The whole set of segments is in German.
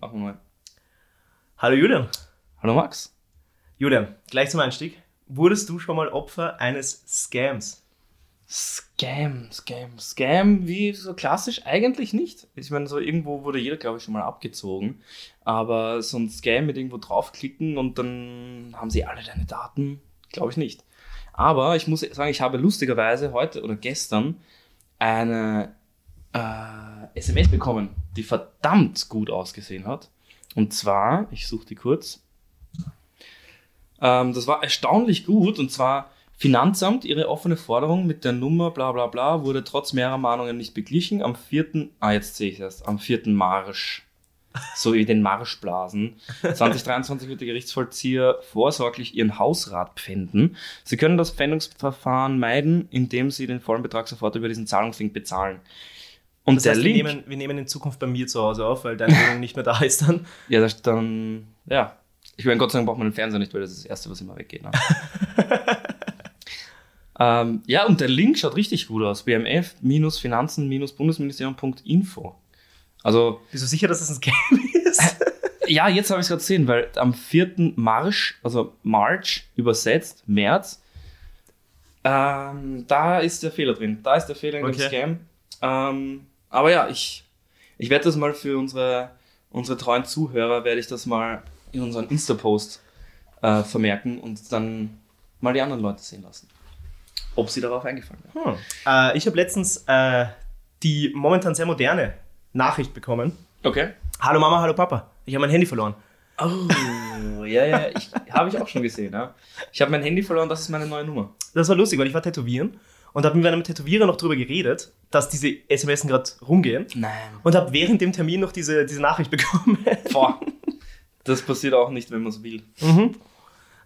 machen wir mal. Hallo Julian. Hallo Max. Julian, gleich zum Einstieg. Wurdest du schon mal Opfer eines Scams? Scam, Scam, Scam, wie so klassisch eigentlich nicht. Ich meine, so irgendwo wurde jeder, glaube ich, schon mal abgezogen. Aber so ein Scam mit irgendwo draufklicken und dann haben sie alle deine Daten, glaube ich nicht. Aber ich muss sagen, ich habe lustigerweise heute oder gestern eine äh, SMS bekommen, die verdammt gut ausgesehen hat. Und zwar, ich suche die kurz. Ähm, das war erstaunlich gut und zwar Finanzamt, ihre offene Forderung mit der Nummer bla bla bla wurde trotz mehrerer Mahnungen nicht beglichen. Am 4. Ah, jetzt sehe ich erst. Am 4. Marsch. So wie den Marschblasen. 2023 wird der Gerichtsvollzieher vorsorglich ihren Hausrat pfänden. Sie können das Pfändungsverfahren meiden, indem sie den vollen Betrag sofort über diesen Zahlungslink bezahlen. Und Das der heißt, Link. Wir, nehmen, wir nehmen in Zukunft bei mir zu Hause auf, weil deine Wohnung nicht mehr da ist dann. Ja, das ist dann, ja. Ich meine, Gott sei Dank braucht man den Fernseher nicht, weil das ist das Erste, was immer weggeht. Ne? ähm, ja, und der Link schaut richtig gut aus. bmf-finanzen-bundesministerium.info. Also, Bist du sicher, dass das ein Scam ist? Äh, ja, jetzt habe ich es gerade gesehen, weil am 4. Marsch, also March übersetzt, März, ähm, da ist der Fehler drin. Da ist der Fehler in Okay. dem Scam. Ähm, aber ja, ich, ich werde das mal für unsere, unsere treuen Zuhörer, werde ich das mal in unseren Insta-Post äh, vermerken und dann mal die anderen Leute sehen lassen. Ob sie darauf eingefallen werden. Hm. Äh, ich habe letztens äh, die momentan sehr moderne Nachricht bekommen. Okay. Hallo Mama, hallo Papa. Ich habe mein Handy verloren. Oh, ja, ja, ich, habe ich auch schon gesehen. Ja. Ich habe mein Handy verloren, das ist meine neue Nummer. Das war lustig, weil ich war tätowieren und habe mit einem Tätowierer noch drüber geredet, dass diese SMSen gerade rumgehen Nein. oh und habe während dem Termin noch diese, diese Nachricht bekommen. Boah. Das passiert auch nicht, wenn man es will.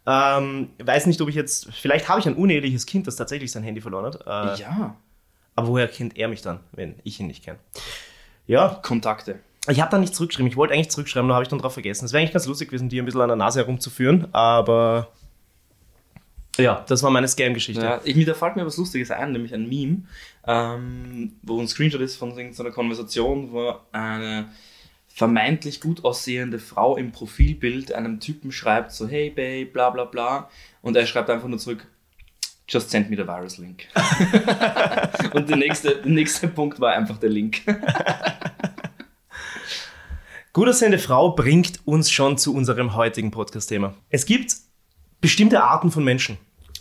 Ähm, weiß nicht, ob ich jetzt. Vielleicht habe ich ein uneheliches Kind, das tatsächlich sein Handy verloren hat. Äh, Ja. Aber woher kennt er mich dann, wenn ich ihn nicht kenne? Ja, Kontakte. ich habe da nicht zurückgeschrieben. Ich wollte eigentlich zurückschreiben, nur habe ich dann drauf vergessen. Es wäre eigentlich ganz lustig gewesen, die ein bisschen an der Nase herumzuführen, aber. Ja, das war meine Scam-Geschichte. Ja, ich, mir, da fällt mir was Lustiges ein, nämlich ein Meme, ähm, wo ein Screenshot ist von so einer Konversation, wo eine vermeintlich gut aussehende Frau im Profilbild einem Typen schreibt, so hey babe, bla bla bla, und er schreibt einfach nur zurück, just send me the virus link. und der nächste, der nächste Punkt war einfach der Link. Gut aussehende Frau bringt uns schon zu unserem heutigen Podcast-Thema. Es gibt bestimmte Arten von Menschen.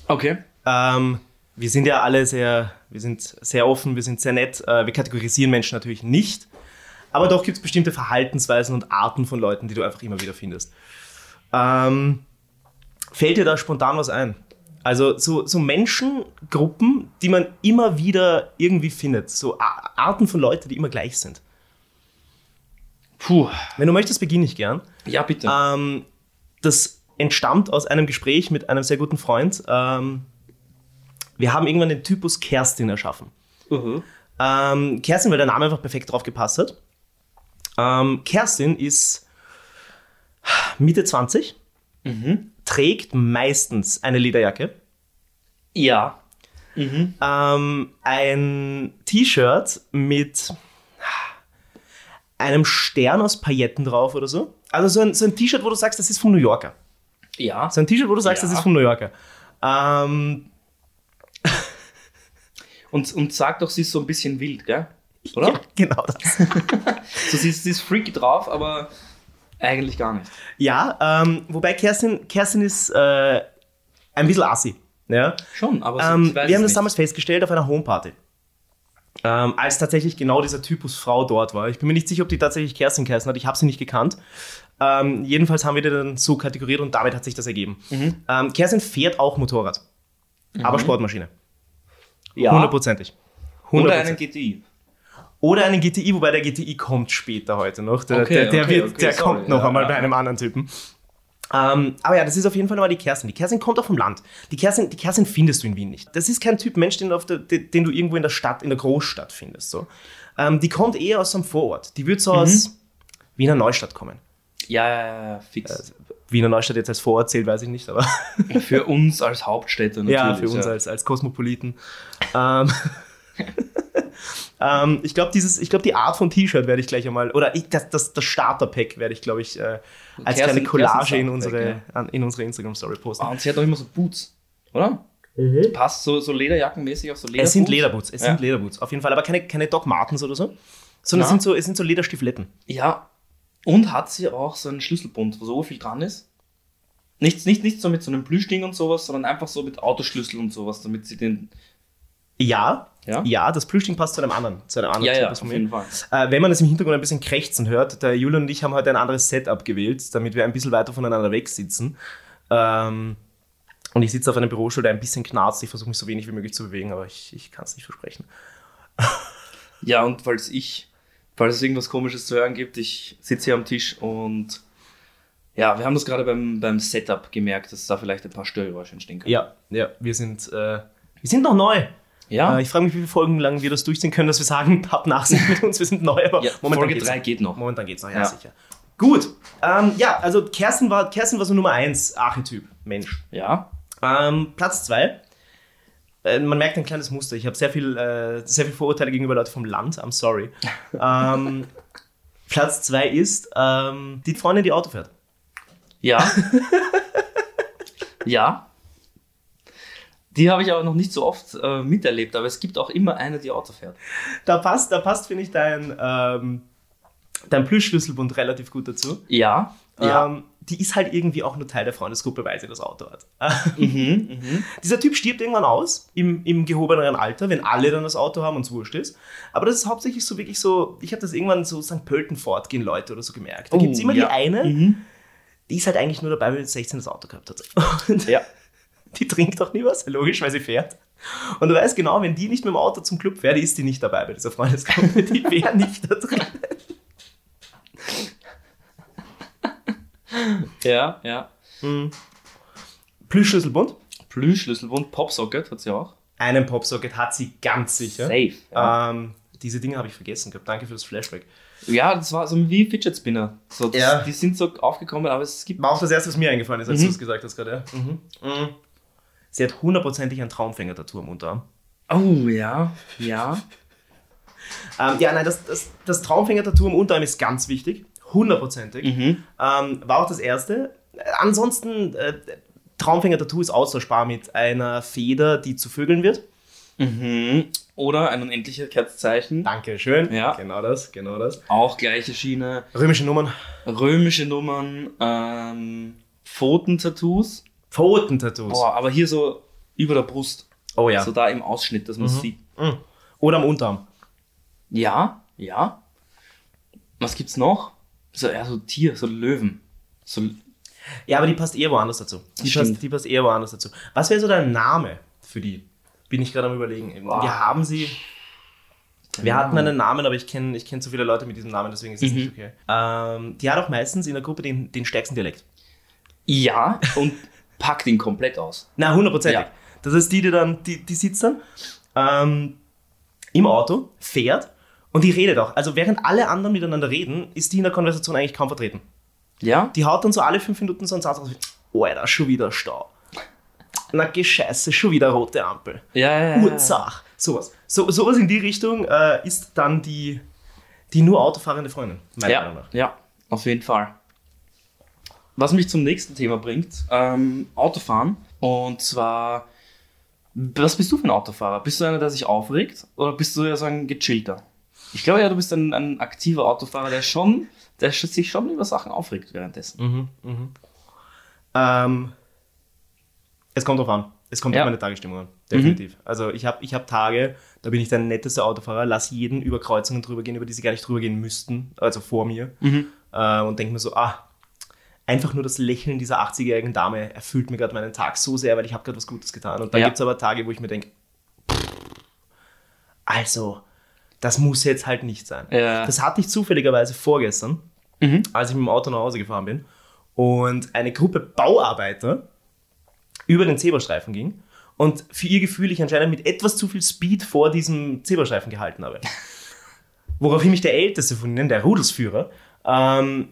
Okay. Ähm, wir sind ja alle sehr, wir sind sehr offen, wir sind sehr nett. Äh, wir kategorisieren Menschen natürlich nicht. Aber doch gibt es bestimmte Verhaltensweisen und Arten von Leuten, die du einfach immer wieder findest. Ähm, fällt dir da spontan was ein? Also so, so Menschengruppen, die man immer wieder irgendwie findet. So A- Arten von Leuten, die immer gleich sind. Puh. Ah. Wenn du möchtest, beginne ich gern. Ja, bitte. Ähm, das entstammt aus einem Gespräch mit einem sehr guten Freund. Ähm, wir haben irgendwann den Typus Kerstin erschaffen. Mhm. Ähm, Kerstin, weil der Name einfach perfekt drauf gepasst hat. Ähm, Kerstin ist Mitte 20, trägt meistens eine Lederjacke, Ja. ähm, ein T-Shirt mit einem Stern aus Pailletten drauf oder so. Also so ein, so ein T-Shirt, wo du sagst, das ist vom New Yorker. Ja. So ein T-Shirt, wo du sagst, Ja. das ist vom New Yorker. Ähm, Und, und sagt doch, sie ist so ein bisschen wild, gell? Oder? Ja, genau das. So, sie, ist, sie ist freaky drauf, aber eigentlich gar nicht. ja, ähm, wobei Kerstin, Kerstin ist äh, ein bisschen assi. Ja? Schon, aber so, Ähm, Also ich weiß wir haben es das nicht. damals festgestellt auf einer Homeparty. Ähm, als tatsächlich genau dieser Typus Frau dort war. Ich bin mir nicht sicher, ob die tatsächlich Kerstin geheißen hat. Ich habe sie nicht gekannt. Ähm, jedenfalls haben wir die dann so kategoriert und damit hat sich das ergeben. Mhm. Ähm, Kerstin fährt auch Motorrad. Aber Sportmaschine. ja, Hundertprozentig. oder Hundertprozentig. einen GTI. Oder einen GTI, wobei der GTI kommt später heute noch. Der, Okay, der, der, okay, wird, okay, der sorry. kommt noch Ja, einmal ja, bei ja. einem anderen Typen. Ähm, aber ja, das ist auf jeden Fall nochmal die Kerstin. Die Kerstin kommt auch vom Land. Die Kerstin, die Kerstin findest du in Wien nicht. Das ist kein Typ Mensch, den, du auf der, den den du irgendwo in der Stadt, in der Großstadt findest. So. Ähm, die kommt eher aus einem Vorort. Die wird Mhm. so aus Wiener Neustadt kommen. Ja, ja, ja, fix. Wiener Neustadt jetzt als Vorort zählt, weiß ich nicht, aber für uns als Hauptstädter natürlich. ja, für uns Als, als Kosmopoliten. Ähm, Ähm, ich glaube, dieses, ich glaube, die Art von T-Shirt werde ich gleich einmal, oder ich, das, das, das Starter-Pack werde ich, glaube ich, äh, als Kerzen- kleine Collage in Kerzen-Starter-Pack, unsere, an, in unsere Instagram-Story posten. Ah, und sie hat auch immer so Boots, oder? Mhm. Passt so, so Lederjackenmäßig auf so Lederboots. Es sind Lederboots, es Ja. sind Lederboots, auf jeden Fall, aber keine, keine Doc Martens oder so, sondern es Na. sind so, es sind so Lederstifletten. Ja. Und hat sie auch so einen Schlüsselbund, wo so viel dran ist. Nichts, nicht, nicht so mit so einem Plüschding und sowas, sondern einfach so mit Autoschlüssel und sowas, damit sie den. Ja, Ja? ja, das Plüschding passt zu einem anderen, zu einem anderen Ja, Typ ja, als auf von mir. jeden Fall. Äh, wenn man es im Hintergrund ein bisschen krächzen hört, der Julian und ich haben heute ein anderes Setup gewählt, damit wir ein bisschen weiter voneinander weg sitzen. Ähm, und ich sitze auf einem Bürostuhl, der ein bisschen knarzt. Ich versuche mich so wenig wie möglich zu bewegen, aber ich, ich kann es nicht versprechen. Ja, und falls ich, falls es irgendwas Komisches zu hören gibt, ich sitze hier am Tisch und ja, wir haben das gerade beim, beim Setup gemerkt, dass da vielleicht ein paar Störgeräusche entstehen können. Ja, ja, wir sind, äh, wir sind noch neu. Ja, Äh, ich frage mich, wie viele Folgen lang wir das durchziehen können, dass wir sagen, habt Nachsicht mit uns, wir sind neu, aber ja momentan Folge geht's. 3 geht noch. Momentan geht's noch, ja, Ja. sicher. Gut, ähm, ja, also Kerstin war, Kerstin war so Nummer 1 Archetyp, Mensch. Ja, Ähm, Platz 2. Man merkt ein kleines Muster. Ich habe sehr viel, äh, sehr viel Vorurteile gegenüber Leuten vom Land. I'm sorry. ähm, Platz 2 ist ähm, die Freundin, die Auto fährt. ja. ja. Die habe ich aber noch nicht so oft äh, miterlebt, aber es gibt auch immer eine, die Auto fährt. Da passt, da passt finde ich, dein, ähm, dein Plüschschlüsselbund relativ gut dazu. Ja, ja. Ähm, die ist halt irgendwie auch nur Teil der Freundesgruppe, weil sie das Auto hat. Mhm, mhm. Dieser Typ stirbt irgendwann aus, im, im gehobeneren Alter, wenn alle dann das Auto haben und es wurscht ist. Aber das ist hauptsächlich so wirklich so, ich habe das irgendwann so St. Pölten fortgehen Leute oder so gemerkt. Da Oh, gibt's immer die ja. eine, Mhm. die ist halt eigentlich nur dabei, weil sie 16 das Auto gehabt hat. Und Ja. die trinkt auch nie was, logisch, weil sie fährt. Und du weißt genau, wenn die nicht mit dem Auto zum Club fährt, ist die nicht dabei bei dieser Freundesgruppe. Die wäre nicht da drin. ja, ja. Plüschschlüsselbund. Plüschschlüsselbund, Popsocket hat sie auch. Einen Popsocket hat sie ganz sicher. Safe. Ja. Ähm, diese Dinge habe ich vergessen gehabt. Danke für das Flashback. Ja, das war so wie Fidget Spinner. So, das, Ja. Die sind so aufgekommen, aber es gibt. War auch das erste, was mir eingefallen ist, als Mhm. du es gesagt hast gerade. Ja. Mhm. Sie hat hundertprozentig ein Traumfänger-Tattoo am Unterarm. Oh ja, ja. Ähm, ja, nein, das, das, das Traumfänger-Tattoo am Unterarm ist ganz wichtig. Hundertprozentig. Mhm. Ähm, war auch das erste. Äh, Ansonsten, äh, Traumfänger-Tattoo ist austauschbar mit einer Feder, die zu Vögeln wird. Mhm. Oder ein Unendlichkeitszeichen. Dankeschön. Ja. Genau das, genau das. Auch gleiche Schiene. Römische Nummern. Römische Nummern, ähm, Pfoten-Tattoos. Pfoten-Tattoos. Boah, aber hier so über der Brust. Oh ja. So da im Ausschnitt, dass man es sieht. Mhm. Oder am Unterarm. Ja, ja. Was gibt's noch? So, ja, so Tier, so Löwen. So, Ja, aber die passt eher woanders dazu. Die, Stimmt. passt, die passt eher woanders dazu. Was wäre so dein Name für die? Bin ich gerade am überlegen. Ähm, Boah. Wir haben sie. Wir hatten einen Namen, aber ich kenne ich kenn zu viele Leute mit diesem Namen, deswegen ist es Mhm. nicht okay. Ähm, die hat auch meistens in der Gruppe den, den stärksten Dialekt. ja, und packt ihn komplett aus. Na, hundertprozentig. Ja. Das ist die, die dann, die, die sitzt dann ähm, im Auto, fährt und die redet auch. Also während alle anderen miteinander reden, ist die in der Konversation eigentlich kaum vertreten. Ja? Die haut dann so alle fünf Minuten so einen Satz raus wie, Alter, schon wieder Stau. Na, geh scheiße, schon wieder rote Ampel. Ja, ja, ja. Urzach. Sowas. So, sowas in die Richtung äh, ist dann die, die nur autofahrende Freundin, meiner ja, Meinung nach. Ja, auf jeden Fall. Was mich zum nächsten Thema bringt, ähm, Autofahren. Und zwar, was bist du für ein Autofahrer? Bist du einer, der sich aufregt? Oder bist du ja so ein gechillter? Ich glaube ja, du bist ein, ein aktiver Autofahrer, der schon, der sch- sich schon über Sachen aufregt währenddessen. Mhm. Ähm, es kommt drauf an. Es kommt Ja. Mhm. auf meine Tagesstimmung an. Definitiv. Also ich habe ich hab Tage, da bin ich der netteste Autofahrer, lass jeden über Kreuzungen drüber gehen, über die sie gar nicht drüber gehen müssten, also vor mir. Mhm. Äh, und denke mir so, ah, einfach nur das Lächeln dieser 80-jährigen Dame erfüllt mir gerade meinen Tag so sehr, weil ich habe gerade was Gutes getan. Und dann Ja. gibt es aber Tage, wo ich mir denke, also, das muss jetzt halt nicht sein. Ja. Das hatte ich zufälligerweise vorgestern Mhm. als ich mit dem Auto nach Hause gefahren bin und eine Gruppe Bauarbeiter über den Zebrastreifen ging und für ihr Gefühl ich anscheinend mit etwas zu viel Speed vor diesem Zebrastreifen gehalten habe. Woraufhin mich der Älteste von ihnen, der Rudelsführer, ähm,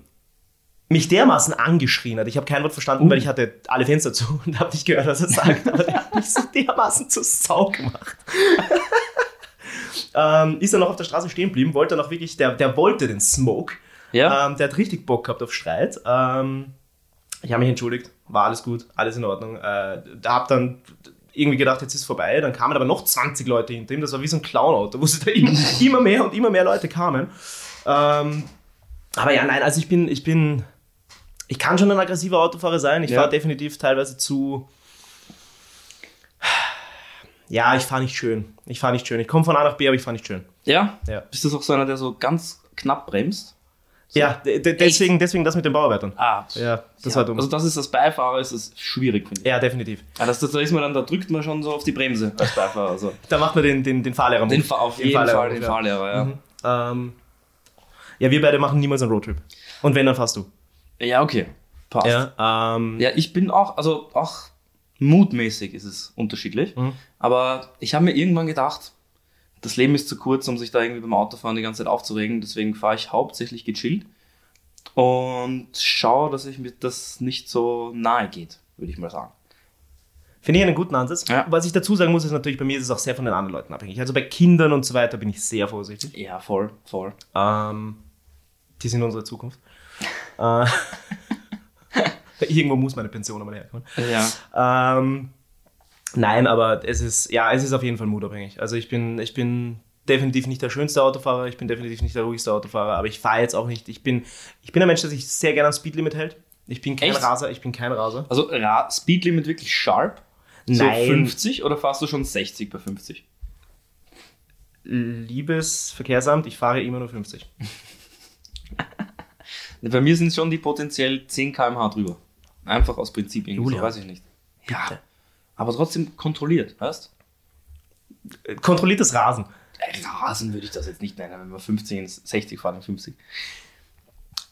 mich dermaßen angeschrien hat. Ich habe kein Wort verstanden, Uh. weil ich hatte alle Fenster zu und habe nicht gehört, was er sagt. Aber der hat mich so dermaßen zur Sau gemacht. ähm, ist dann noch auf der Straße stehen geblieben, wollte dann auch wirklich, der, der wollte den Smoke. Ja. Ähm, der hat richtig Bock gehabt auf Streit. Ähm, ich habe mich entschuldigt, war alles gut, alles in Ordnung. Äh, da habe dann irgendwie gedacht, jetzt ist vorbei. Dann kamen aber noch 20 Leute hinter ihm. Das war wie so ein Clown-Auto, wo es da immer, immer mehr und immer mehr Leute kamen. Ähm, aber ja, nein, also ich bin, ich bin, ich kann schon ein aggressiver Autofahrer sein. Ich Ja. fahre definitiv teilweise zu. Ja, ich fahre nicht schön. Ich fahre nicht schön. Ich komme von A nach B, aber ich fahre nicht schön. Ja? Ja. Bist du auch so einer, der so ganz knapp bremst? Ja, de- de- deswegen, deswegen das mit den Bauarbeitern. Ah, Ja, das ja. war dumm. Also das ist das Beifahrer, ist es schwierig, finde ich. ja, definitiv. Ja, das, das, da ist man dann, da drückt man schon so auf die Bremse als Beifahrer. Also. Da macht man den, den, den Fahrlehrer Den mit. Fahr auf jeden Fall, den ja. Fahrlehrer, ja. Ähm, ja, wir beide machen niemals einen Roadtrip. Und wenn, dann fährst du. Ja, okay. Passt. Ja, ähm, Ja, ich bin auch, also auch mutmäßig ist es unterschiedlich. Mhm. Aber ich habe mir irgendwann gedacht, das Leben ist zu kurz, um sich da irgendwie beim Autofahren die ganze Zeit aufzuregen. Deswegen fahre ich hauptsächlich gechillt und schaue, dass ich mir das nicht so nahe geht, würde ich mal sagen. Finde ich einen guten Ansatz. Ja. Was ich dazu sagen muss, ist natürlich, bei mir ist es auch sehr von den anderen Leuten abhängig. Also bei Kindern und so weiter bin ich sehr vorsichtig. Ja, voll, voll. Ähm, die sind unsere Zukunft. äh, irgendwo muss meine Pension einmal herkommen. Ja. Ähm, nein, aber es ist, ja, es ist auf jeden Fall mutabhängig. Also ich bin, ich bin definitiv nicht der schönste Autofahrer, ich bin definitiv nicht der ruhigste Autofahrer, aber ich fahre jetzt auch nicht. Ich bin, ich bin ein Mensch, der sich sehr gerne am Speedlimit hält. Ich bin kein Echt? Raser, ich bin kein Raser. Also Ra- Speedlimit wirklich sharp? So 50 oder fährst du schon 60 bei 50? liebes Verkehrsamt, ich fahre immer nur 50. Bei mir sind schon die potenziell 10 km/h drüber. Einfach aus Prinzip irgendwie, Julian. so weiß ich nicht. Ja, aber trotzdem kontrolliert, weißt Kontrolliertes Rasen. Äh, Rasen würde ich das jetzt nicht nennen, wenn wir 15, 60 fahren, 50.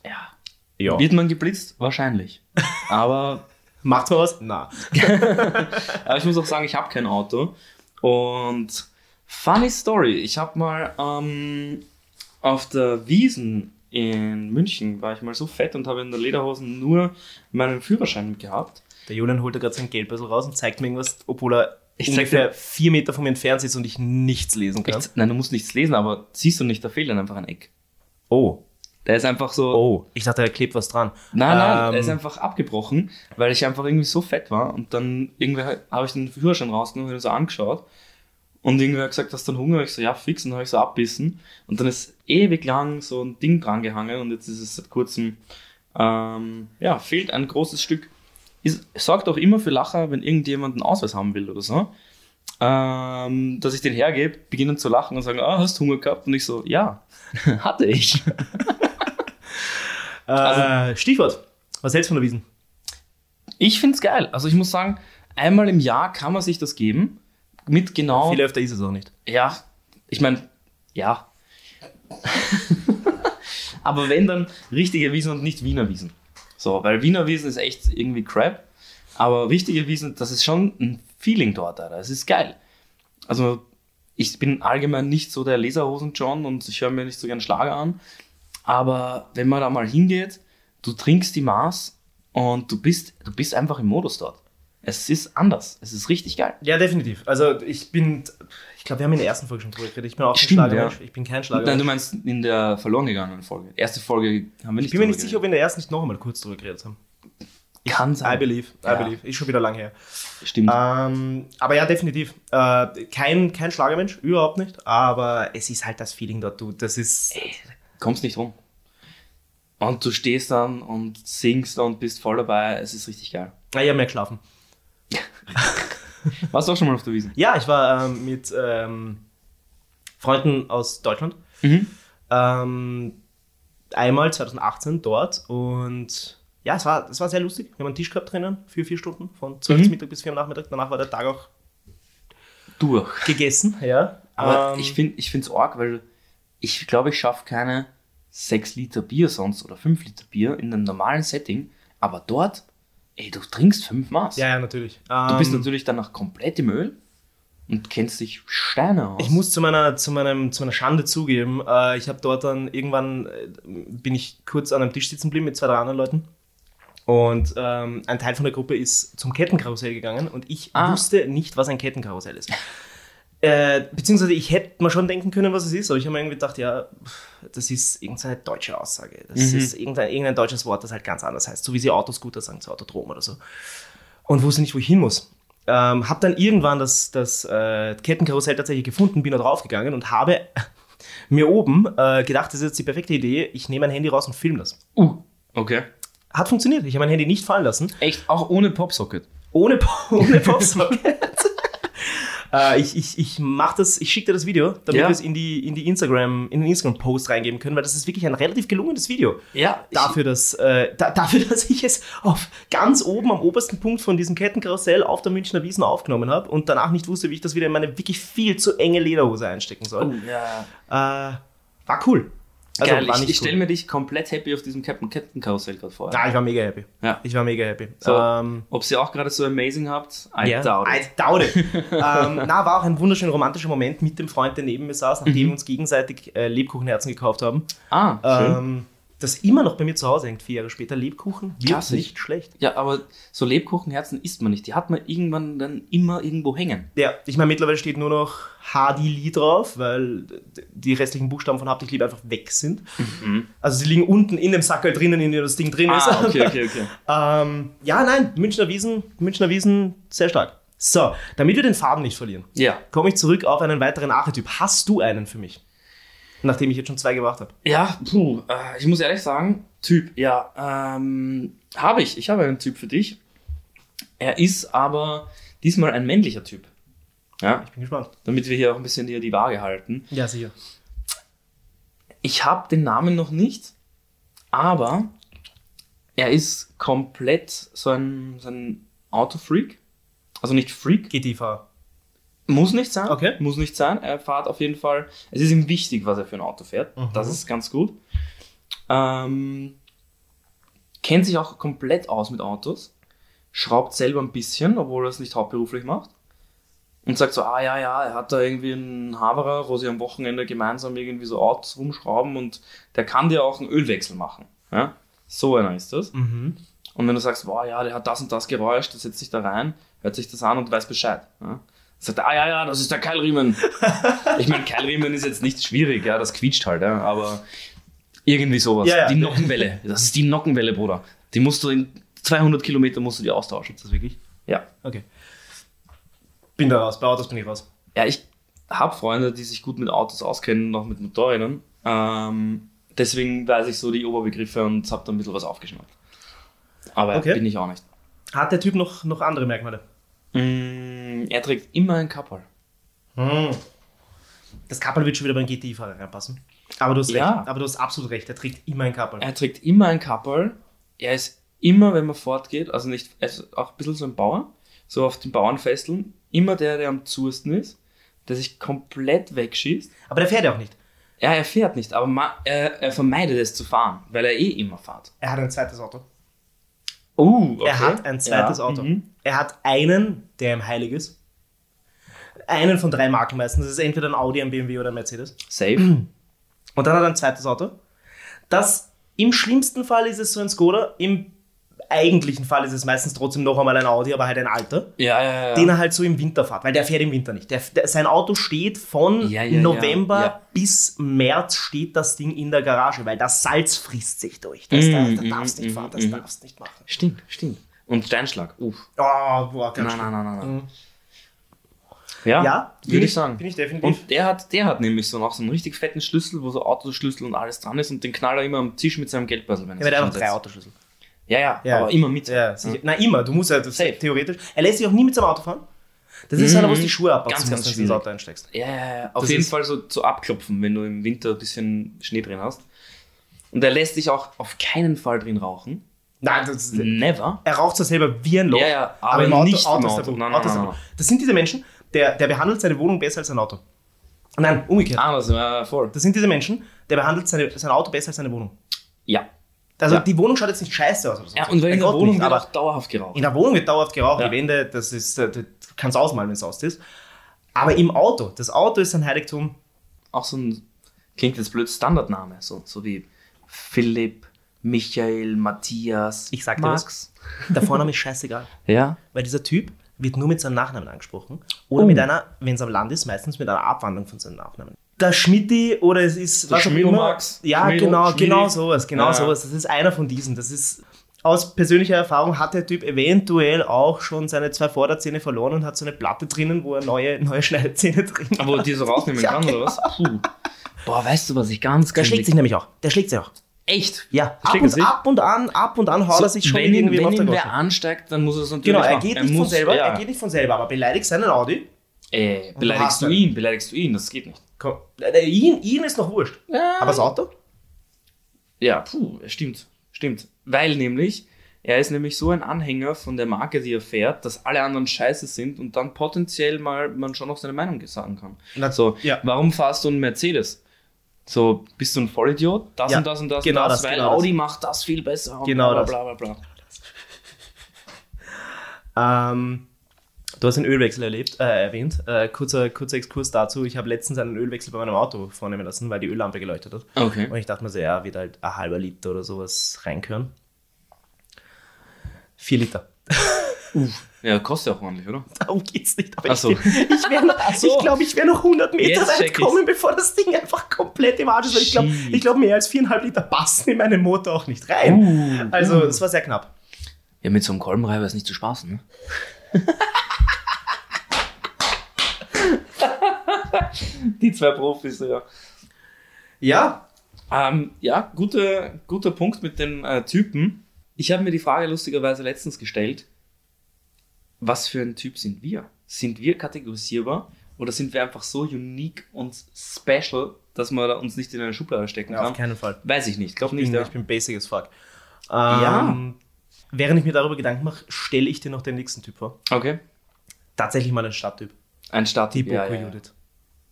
Ja. Ja. Wird man geblitzt? Wahrscheinlich. Aber, Macht's mal was? Na. aber ich muss auch sagen, ich habe kein Auto. Und funny story, ich habe mal ähm, auf der Wiesen in München war ich mal so fett und habe in der Lederhosen nur meinen Führerschein gehabt. Der Julian holt da gerade sein Geldbeutel raus und zeigt mir irgendwas, obwohl er Ich zeig ungefähr vier Meter von mir entfernt sitzt und ich nichts lesen kann. Echt? Nein, du musst nichts lesen, aber siehst du nicht, da fehlt dann einfach ein Eck. Oh, Der ist einfach so. oh. Ich dachte, da klebt was dran. Nein, nein, Ähm, der ist einfach abgebrochen, weil ich einfach irgendwie so fett war und dann irgendwie habe ich den Führerschein rausgenommen und hab ihn so angeschaut und irgendwer hat gesagt, hast du einen Hunger? Ich so, ja, fix, und dann habe ich so abbissen und dann ist ewig lang so ein Ding dran gehangen und jetzt ist es seit kurzem, ähm, ja, fehlt ein großes Stück. Ist, sorgt auch immer für Lacher, wenn irgendjemand einen Ausweis haben will oder so, ähm, dass ich den hergebe, beginnen zu lachen und sagen, ah, hast du Hunger gehabt? Und ich so, ja, hatte ich. äh, Stichwort. Was hältst du von der Wiesen? Ich finde es geil. Also ich muss sagen, einmal im Jahr kann man sich das geben. Mit genau. Viel öfter ist es auch nicht. Ja, ich meine, ja. Aber wenn dann richtige Wiesen und nicht Wiener Wiesen. So, weil Wiener Wiesen ist echt irgendwie crap. Aber richtige Wiesen, das ist schon ein Feeling dort, Alter. Es ist geil. Also, ich bin allgemein nicht so der Leserhosen-John und ich höre mir nicht so gern Schlager an. Aber wenn man da mal hingeht, du trinkst die Maß und du bist, du bist einfach im Modus dort. Es ist anders. Es ist richtig geil. Ja, definitiv. Also ich bin, ich glaube, wir haben in der ersten Folge schon drüber geredet. Ich bin auch kein Stimmt, Schlagermensch. ja. Ich bin kein Nein, du Schlagermensch. meinst in der verloren gegangenen Folge. Erste Folge haben wir nicht. Ich bin mir nicht drüber sicher, ob wir in der ersten nicht noch einmal kurz drüber geredet haben. geredet. kann I sein. believe, I Ja. believe. Ist schon wieder lang her. Stimmt. Ähm, aber ja, definitiv. Äh, kein, kein Schlagermensch, überhaupt nicht. Aber es ist halt das Feeling dort, du. Das ist. Kommst nicht rum. Und du stehst dann und singst und bist voll dabei. Es ist richtig geil. Ah, ich habe mehr geschlafen. Warst du auch schon mal auf der Wiese? Ja, ich war ähm, mit ähm, Freunden aus Deutschland. Mhm. Ähm, einmal 2018 dort und. Ja, es war, es war sehr lustig. Wir haben einen Tisch gehabt drinnen für vier Stunden, von 12 Mhm. Uhr Mittag bis 4 Uhr Nachmittag. Danach war der Tag auch Durch. gegessen. Ja. Aber Ähm, ich finde es arg, weil ich glaube, ich schaffe keine 6 Liter Bier sonst oder 5 Liter Bier in einem normalen Setting. Aber dort, ey, du trinkst 5 Maß. Ja, ja, natürlich. Du bist Ähm, natürlich danach komplett im Öl und kennst dich Steine aus. Ich muss zu meiner, zu meinem, zu meiner Schande zugeben, äh, ich habe dort dann irgendwann, äh, bin ich kurz an einem Tisch sitzen geblieben mit zwei, drei anderen Leuten. Und ähm, ein Teil von der Gruppe ist zum Kettenkarussell gegangen und ich Ah. wusste nicht, was ein Kettenkarussell ist. Äh, beziehungsweise ich hätte mir schon denken können, was es ist, aber ich habe mir irgendwie gedacht, ja, das ist irgendeine deutsche Aussage. Das Mhm. ist irgendein, irgendein deutsches Wort, das halt ganz anders heißt. So wie sie Autoscooter sagen, zu Autodrom oder so. Und wusste nicht, wo ich hin muss. Ähm, hab dann irgendwann das, das äh, Kettenkarussell tatsächlich gefunden, bin da draufgegangen und habe mir oben äh, gedacht, das ist jetzt die perfekte Idee, ich nehme mein Handy raus und filme das. Uh, okay. Hat funktioniert, ich habe mein Handy nicht fallen lassen. Echt? Auch ohne Popsocket? Ohne, Po- ohne Popsocket. äh, ich ich, ich mach das, ich schicke dir das Video, damit Ja. wir es in, die, in, die Instagram, in den Instagram-Post reingeben können, weil das ist wirklich ein relativ gelungenes Video. Ja. Dafür dass, äh, da, dafür, dass ich es auf ganz oben am obersten Punkt von diesem Kettenkarussell auf der Münchner Wiesn aufgenommen habe und danach nicht wusste, wie ich das wieder in meine wirklich viel zu enge Lederhose einstecken soll. Oh, ja. Äh, war cool. Also Geil, war ich, ich stelle cool. mir dich komplett happy auf diesem Captain Kettenkarussell gerade vor. Ah, ich war mega happy. Ja. Ich war mega happy. So. Ähm, Ob sie auch gerade so amazing habt, I Ja. doubt it. I doubt it. ähm, na, war auch ein wunderschön romantischer Moment mit dem Freund, der neben mir saß, nachdem wir uns gegenseitig äh, Lebkuchenherzen gekauft haben. Ah, schön. Ähm, das immer noch bei mir zu Hause hängt, vier Jahre später. Lebkuchen wird Klassisch. nicht schlecht. Ja, aber so Lebkuchenherzen isst man nicht. Die hat man irgendwann dann immer irgendwo hängen. Ja, ich meine, mittlerweile steht nur noch Hadili drauf, weil die restlichen Buchstaben von Hab dich lieb einfach weg sind. Also sie liegen unten in dem Sackerl drinnen, in dem das Ding drin ist. Mhm. Ah, okay, okay. ähm, ja, nein, Münchner Wiesen, Münchner Wiesen, sehr stark. So, damit wir den Faden nicht verlieren. Ja. komme ich zurück auf einen weiteren Archetyp. Hast du einen für mich? Nachdem ich jetzt schon zwei gemacht habe. Ja, puh, äh, ich muss ehrlich sagen, Typ, ja, ähm, habe ich. Ich habe einen Typ für dich. Er ist aber diesmal ein männlicher Typ. Ja, Ich bin gespannt. damit wir hier auch ein bisschen hier die Waage halten. Ja, sicher. Ich habe den Namen noch nicht, aber er ist komplett so ein, so ein Autofreak. Also nicht Freak, GTV. Muss nicht sein. Okay. Muss nicht sein. Er fährt auf jeden Fall. Es ist ihm wichtig, was er für ein Auto fährt. Mhm. Das ist ganz gut. Ähm, kennt sich auch komplett aus mit Autos. Schraubt selber ein bisschen, obwohl er es nicht hauptberuflich macht. Und sagt so, ah ja, ja, er hat da irgendwie einen Haverer, wo sie am Wochenende gemeinsam irgendwie so Autos rumschrauben und der kann dir auch einen Ölwechsel machen. Ja? So einer ist das. Mhm. Und wenn du sagst, wow, ja, der hat das und das Geräusch, der setzt sich da rein, hört sich das an und weiß Bescheid. Ja? Dann sagt er, ah ja, ja, das ist der Keilriemen. ich meine, Keilriemen ist jetzt nicht schwierig, ja, das quietscht halt, ja, aber irgendwie sowas. Ja, ja. Die Nockenwelle, das ist die Nockenwelle, Bruder. Die musst du in 200 Kilometer musst du die austauschen. Das wirklich? Ja. Okay. Bin da raus. Bei Autos bin ich raus. Ja, ich habe Freunde, die sich gut mit Autos auskennen, noch mit Motorrädern. Ähm, deswegen weiß ich so die Oberbegriffe und habe da ein bisschen was aufgeschnappt. Aber Okay. bin ich auch nicht. Hat der Typ noch, noch andere Merkmale? Mm, er trägt immer ein Kapperl. Hm. Das Kappel wird schon wieder beim GTI-Fahrer reinpassen. Äh. Aber du hast Ja. recht. Aber du hast absolut recht. Er trägt immer ein Kappel. Er trägt immer ein Kapperl. Er ist immer, wenn man fortgeht, also nicht, er ist auch ein bisschen so ein Bauer, so auf den Bauernfesteln, immer der, der am zuesten ist, der sich komplett wegschießt. Aber der fährt ja auch nicht. Ja, er fährt nicht, aber ma, er, er vermeidet es zu fahren, weil er eh immer fährt. Er hat ein zweites Auto. Oh, okay. Er hat ein zweites Ja, Auto. mhm. Er hat einen, der ihm heilig ist. Einen von drei Marken meistens. Das ist entweder ein Audi, ein BMW oder ein Mercedes. Safe. Und dann hat er ein zweites Auto. Das im schlimmsten Fall ist es so ein Skoda, im eigentlichen Fall ist es meistens trotzdem noch einmal ein Audi, aber halt ein alter, ja, ja, ja. den er halt so im Winter fährt, weil der fährt im Winter nicht. Der, der, sein Auto steht von Ja, ja, November ja, ja. bis März steht das Ding in der Garage, weil das Salz frisst sich durch. Das Mm, darf, da mm, darfst du nicht mm, fahren, das mm. darfst du nicht machen. Stimmt, stimmt. Und Steinschlag, uff. Oh, boah, ganz Nein, nein, nein, nein, nein. Mhm. Ja, Ja, bin würde ich sagen. Bin ich definitiv. Und der hat, der hat nämlich so noch so einen richtig fetten Schlüssel, wo so Autoschlüssel und alles dran ist und den knallt er immer am Tisch mit seinem Geldbörsel, wenn ja, aber sich der hat auch hinsetzt. drei Autoschlüssel. Ja, ja, Ja. aber immer mit. Ja, sicher. Na, immer. Du musst ja das Safe. theoretisch. Er lässt sich auch nie mit seinem Auto fahren. Das ist Mhm. einer, wo du die Schuhe abpasst, Ganz, wenn ganz du ins schwierig. Auto einsteigst. Ja, ja, ja. Auf Das jeden ist- Fall so zu abklopfen, wenn du im Winter ein bisschen Schnee drin hast. Und er lässt dich auch auf keinen Fall drin rauchen. Nein, Ah, das Never. er raucht zwar selber wie ein Loch, Ja, ja, aber nicht im ist Auto. der Punkt. Nein, nein, Auto ist der nein, Punkt. Das sind diese Menschen, der, der behandelt seine Wohnung besser als sein Auto. Nein, umgekehrt. Ah, das war voll. Das sind diese Menschen, der behandelt seine, sein Auto besser als seine Wohnung. Ja. Also Ja. die Wohnung schaut jetzt nicht scheiße aus. Oder so. ja. Und wenn Bei in der Gott Wohnung nicht, wird aber auch dauerhaft geraucht. in der Wohnung wird dauerhaft geraucht, Ja. die Wände, das ist, äh, du kannst ausmalen, wenn es aus ist. Aber im Auto, das Auto ist ein Heiligtum. Auch so ein, klingt jetzt blöd, Standardname. So, so wie Philipp, Michael, Matthias, Ich sag dir Max. Der Vorname ist scheißegal. Ja. Weil dieser Typ wird nur mit seinem Nachnamen angesprochen. Oder Oh. mit einer, wenn es am Land ist, meistens mit einer Abwandlung von seinem Nachnamen. Der Schmidti oder es ist Der was auch Schmiedl immer. Max, Ja, Schmiedl, genau, Schmiedi. genau sowas, genau Ja. sowas. Das ist einer von diesen. Das ist aus persönlicher Erfahrung hat der Typ eventuell auch schon seine zwei Vorderzähne verloren und hat so eine Platte drinnen, wo er neue, neue Schneidezähne drin hat. Aber die so rausnehmen Ja, kann oder was? Puh. Boah, weißt du, was ich ganz Der schlägt sich nämlich auch. Der schlägt sich auch. Echt? Ja, ab schlägt er und, sich? ab und an, ab und an haut er sich schon wenn ihn, irgendwie wenn auf der ihn Goschen. wer ansteigt, dann muss er es natürlich Genau, er machen. geht nicht von muss- selber, ja. er geht Also nicht von selber, aber beleidigt seinen Audi. Äh, hast beleidigst du ihn. ihn, beleidigst du ihn, das geht nicht. Komm, äh, äh, ihn, ihn ist noch wurscht. Ja. Aber das Auto? Ja, puh, stimmt, stimmt. Weil nämlich, er ist nämlich so ein Anhänger von der Marke, die er fährt, dass alle anderen scheiße sind und dann potenziell mal man schon noch seine Meinung sagen kann. Na, so, ja. warum fahrst du einen Mercedes? So, bist du ein Vollidiot? Das Ja, und das und das genau und das, das, weil genau das. Audi macht das viel besser. und Genau bla, das. bla, bla, bla, bla. Ähm, du hast einen Ölwechsel erlebt, äh, erwähnt. Äh, kurzer, kurzer Exkurs dazu. Ich habe letztens einen Ölwechsel bei meinem Auto vornehmen lassen, weil die Öllampe geleuchtet hat. Okay. Und ich dachte mir so, ja, wird halt ein halber Liter oder sowas reinkören. Vier Liter. Ja, kostet ja auch ordentlich, oder? Darum geht's nicht. Aber Ach so. ich, ich glaube, so. ich, glaub, ich wäre noch 100 Meter Jetzt weit check ich's. kommen, bevor das Ding einfach komplett im Arsch ist. Weil ich glaube, Shit. ich glaub, mehr als viereinhalb Liter passen in meinen Motor auch nicht rein. Uh, also, es war sehr knapp. Ja, mit so einem Kolbenreiber ist nicht zu spaßen, ne? die zwei Profis, ja. Ja, Ähm, ja, guter, guter Punkt mit den äh, Typen. Ich habe mir die Frage lustigerweise letztens gestellt, was für ein Typ sind wir? Sind wir kategorisierbar oder sind wir einfach so unique und special, dass man uns nicht in eine Schublade stecken auf kann? keinen Fall. Weiß ich nicht, glaube Ich nicht. bin, Ja. ich bin basic as fuck. Ähm, Ja. Während ich mir darüber Gedanken mache, stelle ich dir noch den nächsten Typ vor. Okay. Tatsächlich mal einen Stadttyp. Ein Start. Die Boko ja, ja, ja. Judith.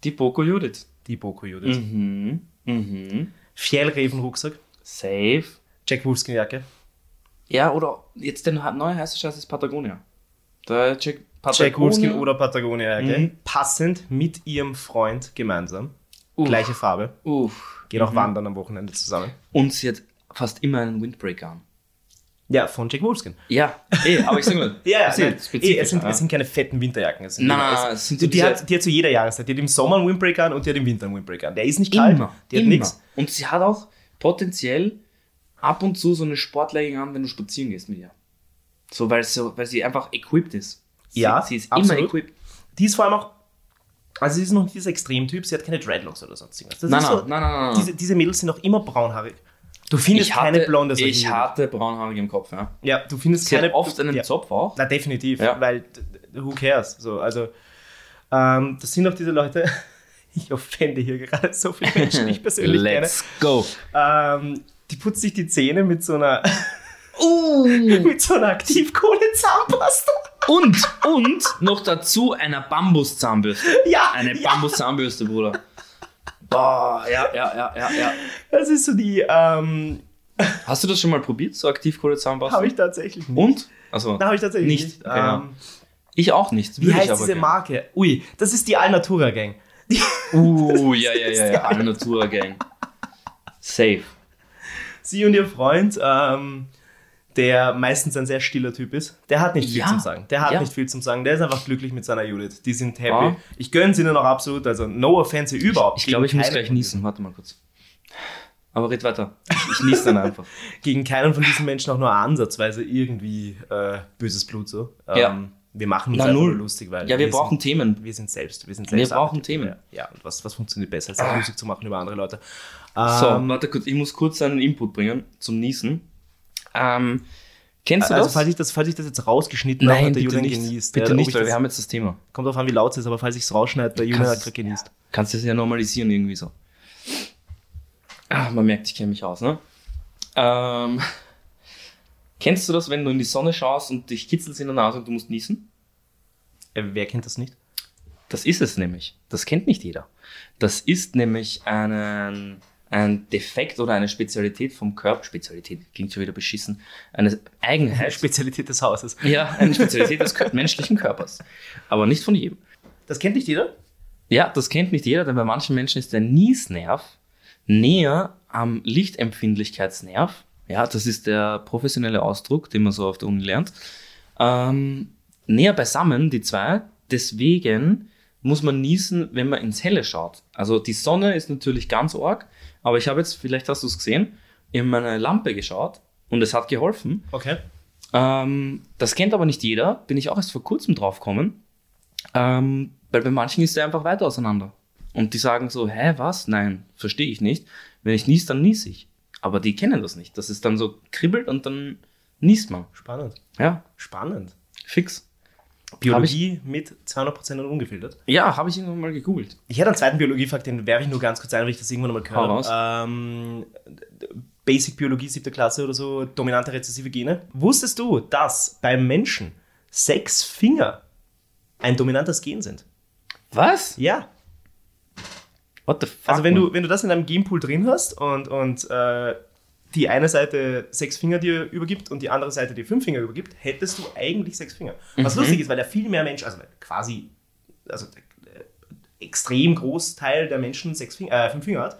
Die Boko Judith. Die Boko Judith. Mhm. Mhm. Fjellreven-Rucksack. Safe. Jack Wolfskin-Jacke. Ja, oder jetzt der neue heiße Scheiß ist Patagonia. Der Jack Jack Wolfskin Patagonia- oder Patagonia-Jacke. Mhm. Passend mit ihrem Freund gemeinsam. Uff. Mhm. Gleiche Farbe. Uff. Geht auch wandern am Wochenende zusammen. Und sie hat fast immer einen Windbreaker an. Ja, von Jack Wolfskin. Ja, eh, aber ich sag mal, Ja, sie ja, hat nein, spezifisch, eh, es, sind, ja. es sind keine fetten Winterjacken. Es sind Nein, immer- nein, es- es sind so die, diese- hat, die hat zu jeder Jahreszeit. Die hat im Sommer einen Windbreaker an und die hat im Winter einen Windbreaker an. Der ist nicht kalt, immer, die hat immer. nichts. Und sie hat auch potenziell ab und zu so eine Sportlegging an, wenn du spazieren gehst mit ihr. So, weil sie, weil sie einfach equipped ist. Sie, Ja, sie ist absolut. immer equipped. Die ist vor allem auch. Also, sie ist noch nicht dieser Extremtyp, sie hat keine Dreadlocks oder sonstiges. Das Nein, ist nein, so, nein, nein, nein, nein. Diese, diese Mädels sind auch immer braunhaarig. Du findest keine blonde solche Ich Mädels. hatte braunhaarig im Kopf, ja. Ja, du findest Sie keine. hat oft einen ja. Zopf auch. Na, definitiv, Ja. weil d- d- who cares? So, also, ähm, das sind auch diese Leute. Ich offende hier gerade so viele Menschen, ich persönlich Let's go. gerne. Ähm, die putzt sich die Zähne mit so einer, Uh. mit so einer Aktivkohle-Zahnpasta. Und, und noch dazu einer Bambuszahnbürste. Ja, Eine ja, Bambuszahnbürste, Bruder. Boah, ja, ja, ja, ja, ja. das ist so die, ähm, Hast du das schon mal probiert, so Aktivkohlezahnbürste? habe ich tatsächlich nicht. Und? Also, Na, habe ich tatsächlich nicht. Nicht, Genau. okay, ja. ähm, ich auch nicht. Wie Würde ich heißt aber diese gerne. Marke? Ui, das ist die Alnatura-Gang. Die- Uh, ja, ja, ist ja, die ja. Alle Natura Gang. Safe. Sie und ihr Freund, ähm, der meistens ein sehr stiller Typ ist, der hat nicht viel Ja. zum Sagen. Der hat Ja. nicht viel zum Sagen. Der ist einfach glücklich mit seiner Judith. Die sind happy. Ja. Ich gönne sie ihnen auch absolut. Also, no offense überhaupt. Ich glaube, ich Gegen muss keinen gleich von niesen. Warte mal kurz. Aber red weiter. Ich, ich nies dann einfach. diesen- Gegen keinen von diesen Menschen auch nur ansatzweise irgendwie äh, böses Blut so. Ähm, Ja. Wir machen uns Na, einfach null. nur lustig, weil Ja, wir brauchen sind, Themen. wir sind selbst. Wir, sind Wir selbst brauchen Arbeiter. Themen. Ah. Ja, und was, was funktioniert besser, als auch Musik zu machen über andere Leute? So, Ähm, warte kurz, ich muss kurz einen Input bringen zum Niesen. Ähm, kennst du also, das? falls ich das, falls ich das jetzt rausgeschnitten habe, Nein, hat der bitte Julian nicht. genießt. bitte ja, ob ich nicht, weil das- wir haben jetzt das Thema. Kommt drauf an, wie laut es ist, aber falls ich es rausschneide, der Junior hat gerade genießt. Kannst du es ja normalisieren irgendwie so. Ah, man merkt, ich kenne mich aus, ne? Ähm, kennst du das, wenn du in die Sonne schaust und dich kitzelt in der Nase und du musst niesen? Äh, wer kennt das nicht? Das ist es nämlich. Das kennt nicht jeder. Das ist nämlich einen, ein Defekt oder eine Spezialität vom Körper. Spezialität klingt schon wieder beschissen. Eine Eigenheit. Spezialität des Hauses. Ja, eine Spezialität des kö- menschlichen Körpers. Aber nicht von jedem. Das kennt nicht jeder? Ja, das kennt nicht jeder, denn bei manchen Menschen ist der Niesnerv näher am Lichtempfindlichkeitsnerv. Ja, das ist der professionelle Ausdruck, den man so auf der Uni lernt. Ähm, näher beisammen, die zwei. Deswegen muss man niesen, wenn man ins Helle schaut. Also die Sonne ist natürlich ganz arg, aber ich habe jetzt, vielleicht hast du es gesehen, in meine Lampe geschaut und es hat geholfen. Okay. Ähm, das kennt aber nicht jeder, bin ich auch erst vor kurzem drauf gekommen. Ähm, weil bei manchen ist der einfach weiter auseinander. Und die sagen so, hä, was? Nein, verstehe ich nicht. Wenn ich nies, dann nies ich. Aber die kennen das nicht. Das ist dann so kribbelt und dann niest man. Spannend. Ja, Spannend. fix. Biologie mit 200% und ungefiltert. Ja, habe ich irgendwann mal gegoogelt. Ich hätte einen zweiten Biologiefakt, den werfe ich nur ganz kurz ein, weil ich das irgendwann mal Hau gehört raus. habe. Ähm, Basic Biologie, siebte Klasse oder so, dominante rezessive Gene. Wusstest du, dass beim Menschen sechs Finger ein dominantes Gen sind? Was? Ja. What the fuck? Also wenn man? du, wenn du das in deinem Genpool drin hast und, und äh, die eine Seite sechs Finger dir übergibt und die andere Seite dir fünf Finger übergibt, hättest du eigentlich sechs Finger. Was Mhm. lustig ist, weil der viel mehr Mensch, also quasi, also der, äh, extrem Großteil der Menschen sechs Finger, äh, fünf Finger hat,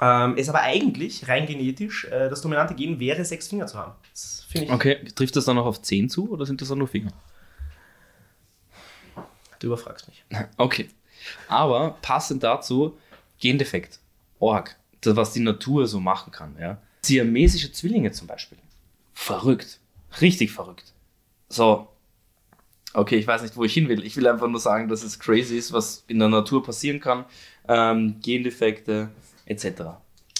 ähm, ist aber eigentlich rein genetisch äh, das dominante Gen wäre, sechs Finger zu haben. Das finde ich. Okay, trifft das dann auch auf 10 zu oder sind das dann nur Finger? Du überfragst mich. Okay. Aber passend dazu, Gendefekt, Org, das, was die Natur so machen kann. Ja? Siamesische Zwillinge zum Beispiel. Verrückt. Richtig verrückt. So. Okay, ich weiß nicht, wo ich hin will. Ich will einfach nur sagen, dass es crazy ist, was in der Natur passieren kann. Ähm, Gendefekte, etc.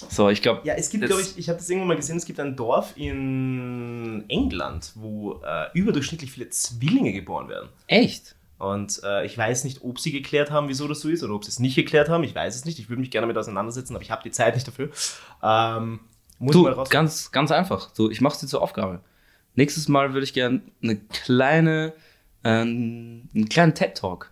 So, ich glaube. Ja, es gibt, das- glaube ich, ich habe das irgendwo mal gesehen, es gibt ein Dorf in England, wo äh, überdurchschnittlich viele Zwillinge geboren werden. Echt? Und äh, ich weiß nicht, ob sie geklärt haben, wieso das so ist, oder ob sie es nicht geklärt haben. Ich weiß es nicht. Ich würde mich gerne damit auseinandersetzen, aber ich habe die Zeit nicht dafür. Ähm, muss Du, mal raus. ganz, ganz einfach. So, ich mache es dir zur Aufgabe. Nächstes Mal würde ich gerne eine kleine, ähm, einen kleinen TED-Talk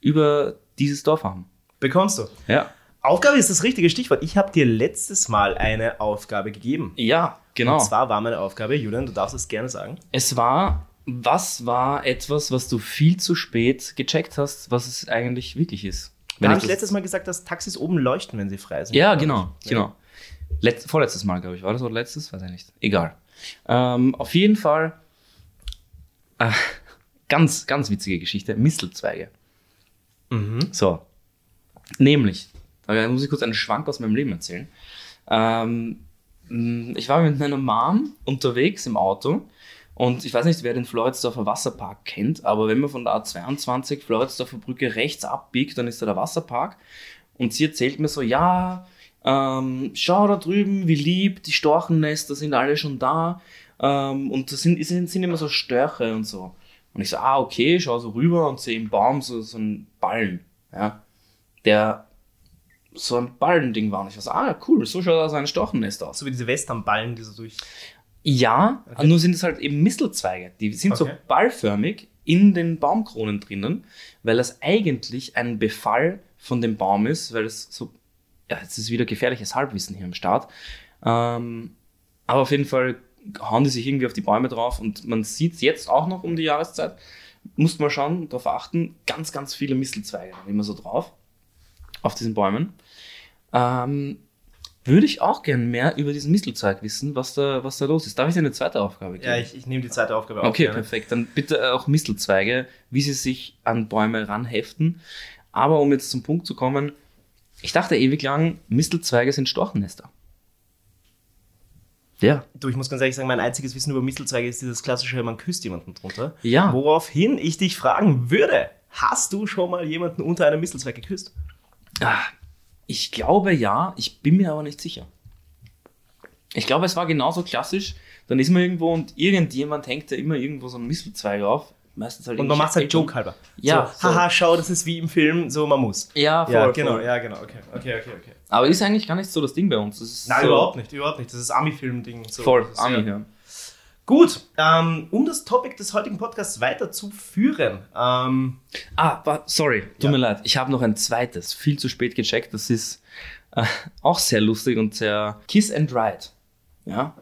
über dieses Dorf haben. Bekommst du. Ja. Aufgabe ist das richtige Stichwort. Ich habe dir letztes Mal eine Aufgabe gegeben. Ja, genau. Und zwar war meine Aufgabe, Julian, du darfst es gerne sagen. es war, was war etwas, was du viel zu spät gecheckt hast, was es eigentlich wirklich ist? Wir haben ich das- letztes Mal gesagt, dass Taxis oben leuchten, wenn sie frei sind. Ja, genau, genau. Letz, vorletztes Mal, glaube ich, war das oder letztes? Weiß ich nicht. Egal. Ähm, auf jeden Fall, äh, ganz, ganz witzige Geschichte, Mistelzweige. Mhm. So. Nämlich, da muss ich kurz einen Schwank aus meinem Leben erzählen. Ähm, mh, ich war mit meiner Mom unterwegs im Auto und ich weiß nicht, wer den Floridsdorfer Wasserpark kennt, aber wenn man von der A22 Floridsdorfer Brücke rechts abbiegt, dann ist da der Wasserpark und sie erzählt mir so, ja, ähm, schau da drüben, wie lieb, die Storchennester sind alle schon da ähm, und da sind, sind, sind immer so Störche und so. Und ich so, ah, okay, schau so rüber und sehe im Baum so, so einen Ballen, ja, der so ein Ballending war. Und ich war so, ah, cool, so schaut also ein Storchennest aus. So wie diese Westernballen, die so durch. Ja, Okay. nur sind es halt eben Mistelzweige. Die sind so Okay. ballförmig in den Baumkronen drinnen, weil das eigentlich ein Befall von dem Baum ist, weil es so, ja, jetzt ist wieder gefährliches Halbwissen hier am Start. Ähm, aber auf jeden Fall hauen die sich irgendwie auf die Bäume drauf und man sieht es jetzt auch noch um die Jahreszeit. Muss man schauen, darauf achten, ganz, ganz viele Mistelzweige dann immer so drauf, auf diesen Bäumen. Ähm, würde ich auch gern mehr über diesen Mistelzweig wissen, was da, was da los ist. Darf ich dir eine zweite Aufgabe geben? Ja, ich, ich nehme die zweite Aufgabe auf. okay, gerne. perfekt. Dann bitte auch Mistelzweige, wie sie sich an Bäume ranheften. Aber um jetzt zum Punkt zu kommen, ich dachte ewig lang, Mistelzweige sind Storchennester. Ja. Du, ich muss ganz ehrlich sagen, mein einziges Wissen über Mistelzweige ist dieses klassische, man küsst jemanden drunter. Ja. Woraufhin ich dich fragen würde, hast du schon mal jemanden unter einem Mistelzweig geküsst? Ah, Ich glaube ja, ich bin mir aber nicht sicher. Ich glaube, es war genauso klassisch. Dann ist man irgendwo und irgendjemand hängt da immer irgendwo so einen Mistelzweig auf. Meistens halt Und man irgendwelche macht es halt Eltern. Joke halber. Ja, So, so. haha, schau, das ist wie im Film, so man muss. Ja, voll, ja, genau, voll. ja, genau, okay, okay, okay, okay. Aber ist eigentlich gar nicht so das Ding bei uns. Das ist Nein, so überhaupt nicht, überhaupt nicht. Das ist Ami-Film-Ding. So. Voll, Das ist Ami, ja- ja. Gut, ähm, um das Topic des heutigen Podcasts weiterzuführen, ähm, Ah, wa- sorry, tut Ja. mir leid. Ich habe noch ein zweites, viel zu spät gecheckt. Das ist äh, auch sehr lustig und sehr Kiss and Ride. Ja.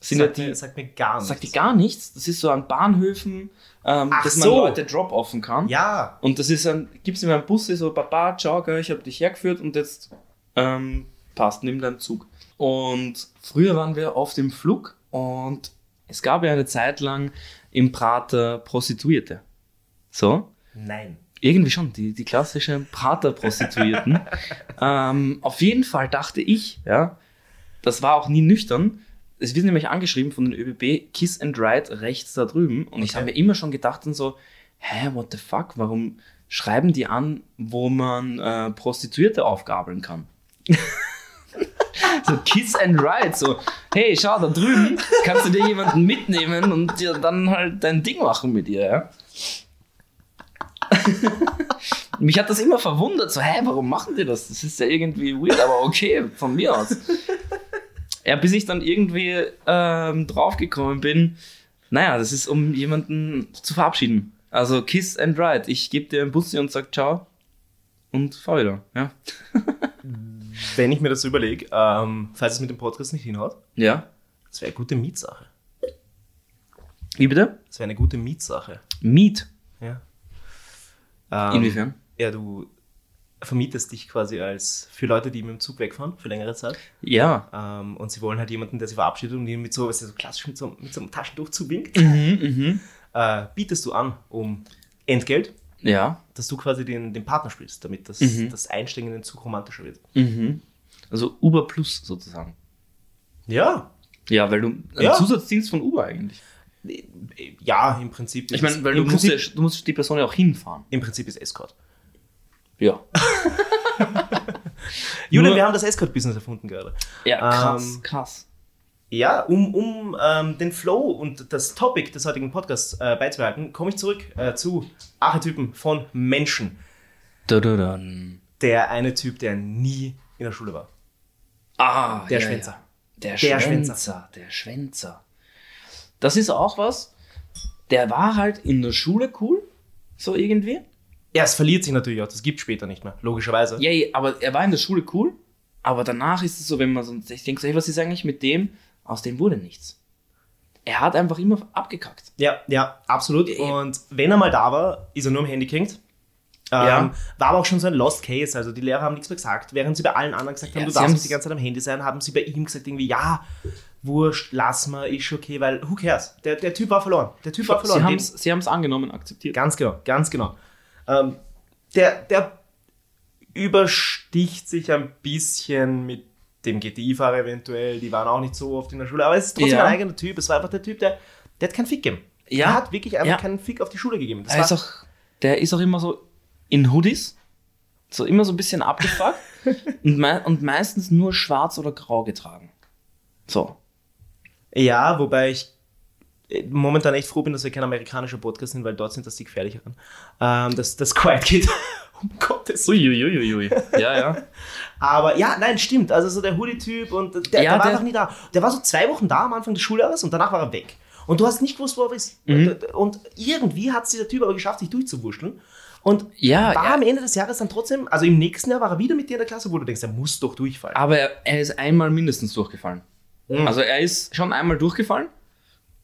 Sind ja sagt, die, mir, sagt mir gar nichts. sagt die gar nichts. Das ist so an Bahnhöfen, ähm, Ach dass so. man Leute drop-offen kann. ja, Und das ist dann, gibt's in meinem Bus so, Papa, ciao, gell, ich habe dich hergeführt und jetzt ähm, passt, nimm deinen Zug. Und früher waren wir auf dem Flug und Es gab ja eine Zeit lang im Prater Prostituierte. So? Nein. Irgendwie schon, die, die klassischen Prater-Prostituierten. ähm, auf jeden Fall dachte ich, ja, das war auch nie nüchtern. Es wird nämlich angeschrieben von den ÖBB Kiss and Ride rechts da drüben. Und ich Okay. habe mir immer schon gedacht und so, hä, what the fuck, warum schreiben die an, wo man äh, Prostituierte aufgabeln kann? so Kiss and Ride, so, hey, schau, da drüben kannst du dir jemanden mitnehmen und dir dann halt dein Ding machen mit ihr, ja? Mich hat das immer verwundert, so, hä, warum machen die das? Das ist ja irgendwie weird, aber okay, von mir aus. Ja, bis ich dann irgendwie ähm, draufgekommen bin, naja, das ist, um jemanden zu verabschieden. Also Kiss and Ride. Ich gebe dir ein Bussi und sag ciao und fahr wieder. Ja. Wenn ich mir das so überlege, ähm, falls es mit dem Podcast nicht hinhaut, Ja. das wäre eine gute Mietsache. Wie bitte? Das wäre eine gute Mietsache. Meet. Ja. Ähm, Inwiefern? Ja, du vermietest dich quasi als für Leute, die mit dem Zug wegfahren für längere Zeit. Ja. Ähm, und sie wollen halt jemanden, der sie verabschiedet und ihnen mit so, weißt du, so klassisch mit so, mit so einem Taschentuch zuwinkt. Mhm, Äh, bietest du an um Entgelt, mhm. Ja. dass du quasi den, den Partner spielst, damit das, Mhm. das Einsteigen in den Zug romantischer wird. Mhm. Also Uber Plus sozusagen. Ja. Ja, weil du ein Ja. Zusatzdienst von Uber eigentlich. Ja, im Prinzip. Ich meine, weil im du musst, ja, Prinzip, du musst die Person ja auch hinfahren. Im Prinzip ist Escort. Ja. Julian, Nur- wir haben das Escort-Business erfunden gerade. Ja, krass, Ähm, krass. Ja, um, um ähm, den Flow und das Topic des heutigen Podcasts äh, beizubehalten, komme ich zurück äh, zu Archetypen von Menschen. Dadadam. Der eine Typ, der nie in der Schule war. Ah, Der Schwänzer. Der, Der Schwänzer, Schwänzer. der Schwänzer. Das ist auch was, der war halt in der Schule cool, so irgendwie. Ja, es verliert sich natürlich auch, das gibt später nicht mehr, logischerweise. Ja, ja, aber er war in der Schule cool, aber danach ist es so, wenn man so, ich denke so, hey, was ist eigentlich mit dem? Aus dem wurde nichts. Er hat einfach immer abgekackt. Ja, ja, absolut. Ja, eben. Und wenn er mal da war, ist er nur am Handy gehängt. Ähm, Ja. War aber auch schon so ein Lost Case. Also die Lehrer haben nichts mehr gesagt. Während sie bei allen anderen gesagt haben, Ja, du sie darfst haben's- nicht die ganze Zeit am Handy sein, haben sie bei ihm gesagt, irgendwie, ja, wurscht, lass mal, ist okay, weil who cares? Der, der Typ war verloren. Der Typ war Sie verloren. Dem- haben es sie haben's angenommen, akzeptiert. Ganz genau, ganz genau. Ähm, der, der übersticht sich ein bisschen mit dem GTI-Fahrer eventuell. Die waren auch nicht so oft in der Schule, aber es ist trotzdem Ja. ein eigener Typ. Es war einfach der Typ, der, der hat keinen Fick gegeben. Ja. Der hat wirklich einfach Ja. Also- keinen Fick auf die Schule gegeben. Das Er ist war, auch, der ist auch immer so in Hoodies, so immer so ein bisschen abgefuckt und, mei und meistens nur schwarz oder grau getragen. So. ja, wobei ich äh, momentan echt froh bin, dass wir kein amerikanischer Podcast sind, weil dort sind das die gefährlicheren. Ähm, das, das Quiet Kid. um Gottes Willen. Uiuiuiui. Ja, ja. Aber ja, nein, stimmt. Also so der Hoodie-Typ und der, Ja, der war der- einfach nie da. Der war so zwei Wochen da am Anfang des Schuljahres und danach war er weg. Und du hast nicht gewusst, wo er ist. Mhm. Und irgendwie hat es dieser Typ aber geschafft, sich durchzuwurschteln. Und Ja, war ja. am Ende des Jahres dann trotzdem, also im nächsten Jahr war er wieder mit dir in der Klasse, wo du denkst, er muss doch durchfallen. aber er, er ist einmal mindestens durchgefallen. Mhm. Also er ist schon einmal durchgefallen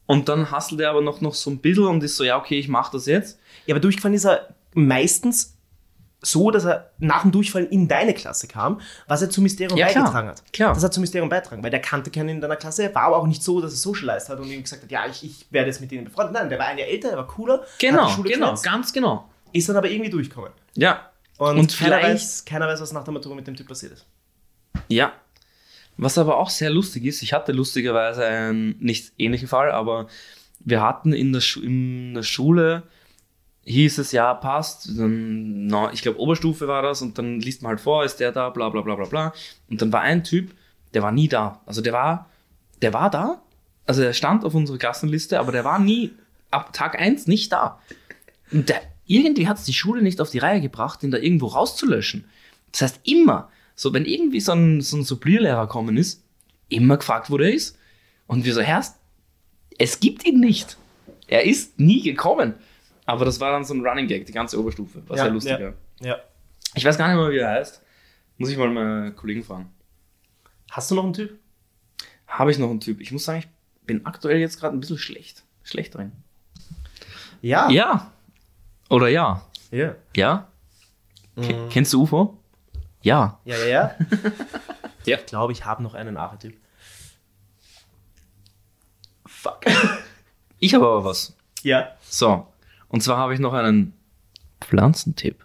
und dann hustelt er aber noch, noch so ein bisschen und ist so, ja, okay, ich mach das jetzt. Ja, aber durchgefallen ist er meistens so, dass er nach dem Durchfallen in deine Klasse kam, was er zu Mysterium Ja, klar. beigetragen hat. Klar. Das hat zu Mysterium beigetragen, weil der kannte keinen in deiner Klasse, er war aber auch nicht so, dass er socialized hat und ihm gesagt hat, ja, ich, ich werde jetzt mit denen befreundet. Nein, der war ein Jahr älter, der war cooler, hat die Schule geschwänzt, ganz genau. ist dann aber irgendwie durchgekommen. Ja. Und, Und keiner, vielleicht- weiß, keiner weiß, was nach der Matura mit dem Typ passiert ist. Ja. Was aber auch sehr lustig ist, ich hatte lustigerweise einen nicht ähnlichen Fall, aber wir hatten in der, Schu in der Schule, hieß es ja, passt, dann, na, ich glaube Oberstufe war das und dann liest man halt vor, ist der da, bla bla bla bla bla. Und dann war ein Typ, der war nie da. Also der war, der war da, also er stand auf unserer Klassenliste, aber der war nie ab Tag 1 nicht da. Und der, irgendwie hat es die Schule nicht auf die Reihe gebracht, den da irgendwo rauszulöschen. Das heißt, immer, so wenn irgendwie so ein, so ein Supplierlehrer kommen ist, immer gefragt, wo der ist. Und wir so, Herrst, es gibt ihn nicht. Er ist nie gekommen. Aber das war dann so ein Running Gag, die ganze Oberstufe. War sehr lustig, ja. Ja. ja. Ich weiß gar nicht mehr, wie er heißt. Muss ich mal meine Kollegen fragen. Hast du noch einen Typ? Habe ich noch einen Typ? Ich muss sagen, ich bin aktuell jetzt gerade ein bisschen schlecht. Schlecht drin. Ja. Ja. Oder ja. Ja, Ja. Ke- Kennst du UFO? Ja. ja, ja. ja. Ja. Ich glaube, ich habe noch einen Archetyp. Fuck. Ich habe aber was. Ja. So, und zwar habe ich noch einen Pflanzentipp.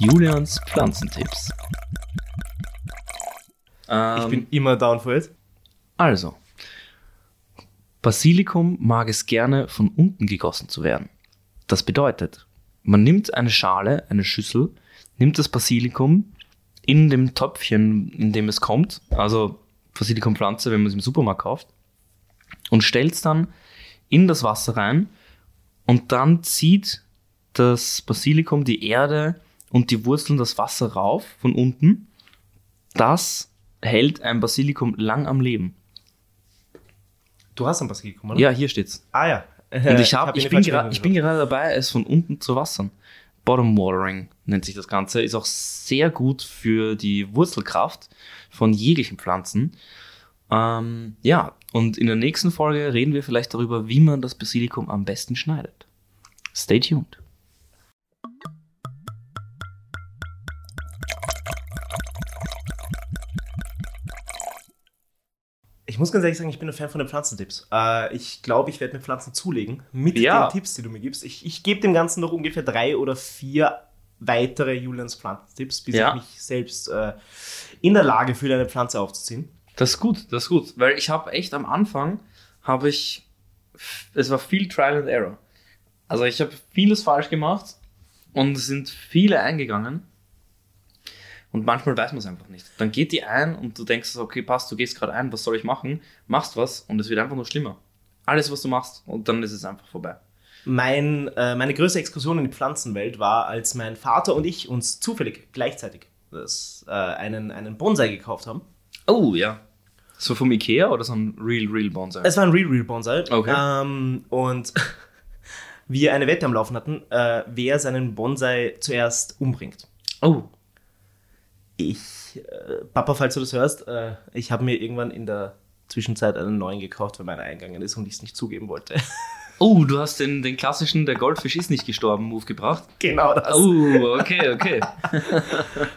Julians Pflanzentipps. ich Ähm, bin immer down for it. also, Basilikum mag es gerne von unten gegossen zu werden. Das bedeutet, man nimmt eine Schale, eine Schüssel, nimmt das Basilikum in dem Töpfchen, in dem es kommt, also Basilikumpflanze, wenn man es im Supermarkt kauft, und stellt es dann in das Wasser rein und dann zieht das Basilikum die Erde und die Wurzeln das Wasser rauf von unten. Das hält ein Basilikum lang am Leben. Du hast ein Basilikum, oder? Ja, hier steht's. Ah ja. Und Äh, ich, hab, ich, ihn bin, falsch gera- ich bin gerade dabei, es von unten zu wassern. Bottom Watering nennt sich das Ganze. Ist auch sehr gut für die Wurzelkraft von jeglichen Pflanzen. Ähm, ja, und in der nächsten Folge reden wir vielleicht darüber, wie man das Basilikum am besten schneidet. Stay tuned. Ich muss ganz ehrlich sagen, ich bin ein Fan von den Pflanzentipps. Äh, ich glaube, ich werde mir Pflanzen zulegen mit Ja. den Tipps, die du mir gibst. Ich, ich gebe dem Ganzen noch ungefähr drei oder vier weitere Julians Pflanzentipps, bis Ja. ich mich selbst äh, in der Lage fühle, eine Pflanze aufzuziehen. Das ist gut, das ist gut. Weil ich habe echt am Anfang, habe ich, es war viel Trial and Error. Also ich habe vieles falsch gemacht und es sind viele eingegangen. Und manchmal weiß man es einfach nicht. Dann geht die ein und du denkst, so, okay, passt, du gehst gerade ein, was soll ich machen? Machst was und es wird einfach nur schlimmer. Alles, was du machst und dann ist es einfach vorbei. Mein, äh, meine größte Exkursion in die Pflanzenwelt war, als mein Vater und ich uns zufällig gleichzeitig das, äh, einen, einen Bonsai gekauft haben. Oh ja. So vom Ikea oder so ein Real Real Bonsai? Es war ein Real Real Bonsai. Okay. Ähm, und wir eine Wette am Laufen hatten, äh, wer seinen Bonsai zuerst umbringt. oh. Ich, äh, Papa, falls du das hörst, äh, ich habe mir irgendwann in der Zwischenzeit einen neuen gekauft, weil meiner eingegangen ist und ich es nicht zugeben wollte. Oh, du hast den, den klassischen Der Goldfisch ist nicht gestorben Move gebracht. genau das. Oh, okay, okay.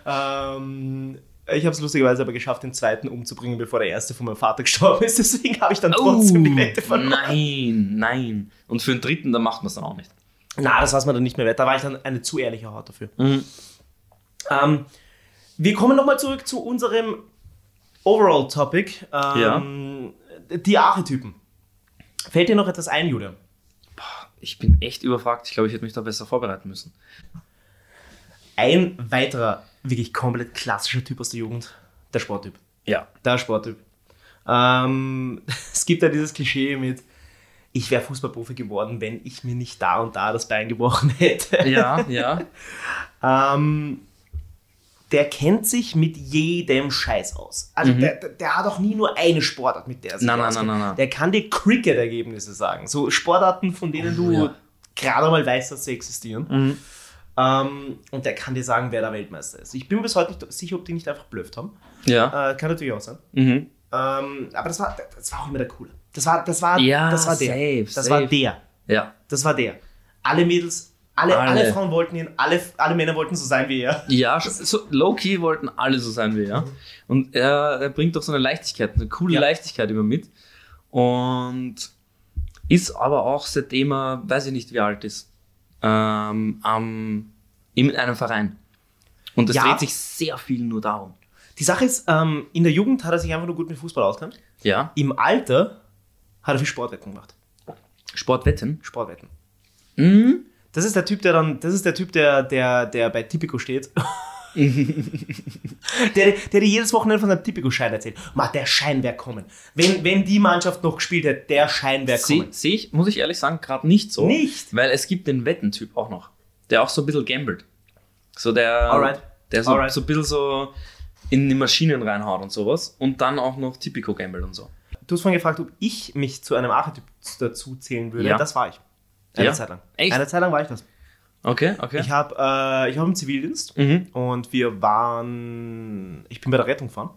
Ähm, ich habe es lustigerweise aber geschafft, den zweiten umzubringen, bevor der erste von meinem Vater gestorben ist. Deswegen habe ich dann trotzdem die Wette Oh, verloren. nein, nein. Und für den dritten, da macht man es dann auch nicht. Na, das war es mir dann nicht mehr wert. Da war ich dann eine zu ehrliche Haut dafür. Ähm, wir kommen nochmal zurück zu unserem Overall-Topic. Ähm, Die Archetypen. Fällt dir noch etwas ein, Julian? Ich bin echt überfragt. Ich glaube, ich hätte mich da besser vorbereiten müssen. Ein weiterer wirklich komplett klassischer Typ aus der Jugend. Der Sporttyp. Ja. Der Sporttyp. Ähm, es gibt ja dieses Klischee mit, ich wäre Fußballprofi geworden, wenn ich mir nicht da und da das Bein gebrochen hätte. Ja, ja. Ähm, der kennt sich mit jedem Scheiß aus. Also Mhm. der, der- der hat auch nie nur eine Sportart, mit der er sich Nein, nein, auskennt. nein, nein, nein. Der kann dir Cricket-Ergebnisse sagen. So Sportarten, von denen Oh, du ja. Mhm. gerade mal weißt, dass sie existieren. Ähm, und der kann dir sagen, wer der Weltmeister ist. Ich bin bis heute nicht sicher, ob die nicht einfach blöft haben. Ja. Äh, kann natürlich auch sein. Mhm. Ähm, aber das war, das war auch immer der Coole. Das war, das war, Ja, das war der. safe, das safe. war der. Ja. Das war der. Alle Mädels, alle, alle. Alle. Frauen wollten ihn, alle, alle Männer wollten so sein wie er. Ja, so low-key wollten alle so sein wie er. Und er, er bringt doch so eine Leichtigkeit, eine coole Ja. Leichtigkeit immer mit. Und ist aber auch, seitdem er, weiß ich nicht, wie alt ist, ähm, am, in einem Verein. Und es Ja. dreht sich sehr viel nur darum. Die Sache ist, ähm, in der Jugend hat er sich einfach nur gut mit Fußball ausgekannt. Ja. Im Alter hat er viel Sportwetten gemacht. Sportwetten? Sportwetten. Mhm. Das ist der Typ, der dann, das ist der Typ, der, der, der bei Tipico steht. der, der dir jedes Wochenende von seinem Tipico-Schein erzählt. Ma, der Schein wäre kommen. Wenn, wenn die Mannschaft noch gespielt hätte, der Schein wäre Sehe kommen. seh ich, muss ich ehrlich sagen, gerade nicht so. Nicht? Weil es gibt den Wettentyp auch noch, der auch so ein bisschen gambelt. So der, Alright. der so, Alright. so ein bisschen so in die Maschinen reinhaut und sowas. Und dann auch noch Tipico gambelt und so. Du hast vorhin gefragt, ob ich mich zu einem Archetyp dazu zählen würde. Ja. Das war ich. Eine Ja? Zeit lang. Echt? Eine Zeit lang war ich das. Okay, okay. Ich habe äh, ich hab im Zivildienst Mhm. und wir waren. Ich bin bei der Rettung gefahren.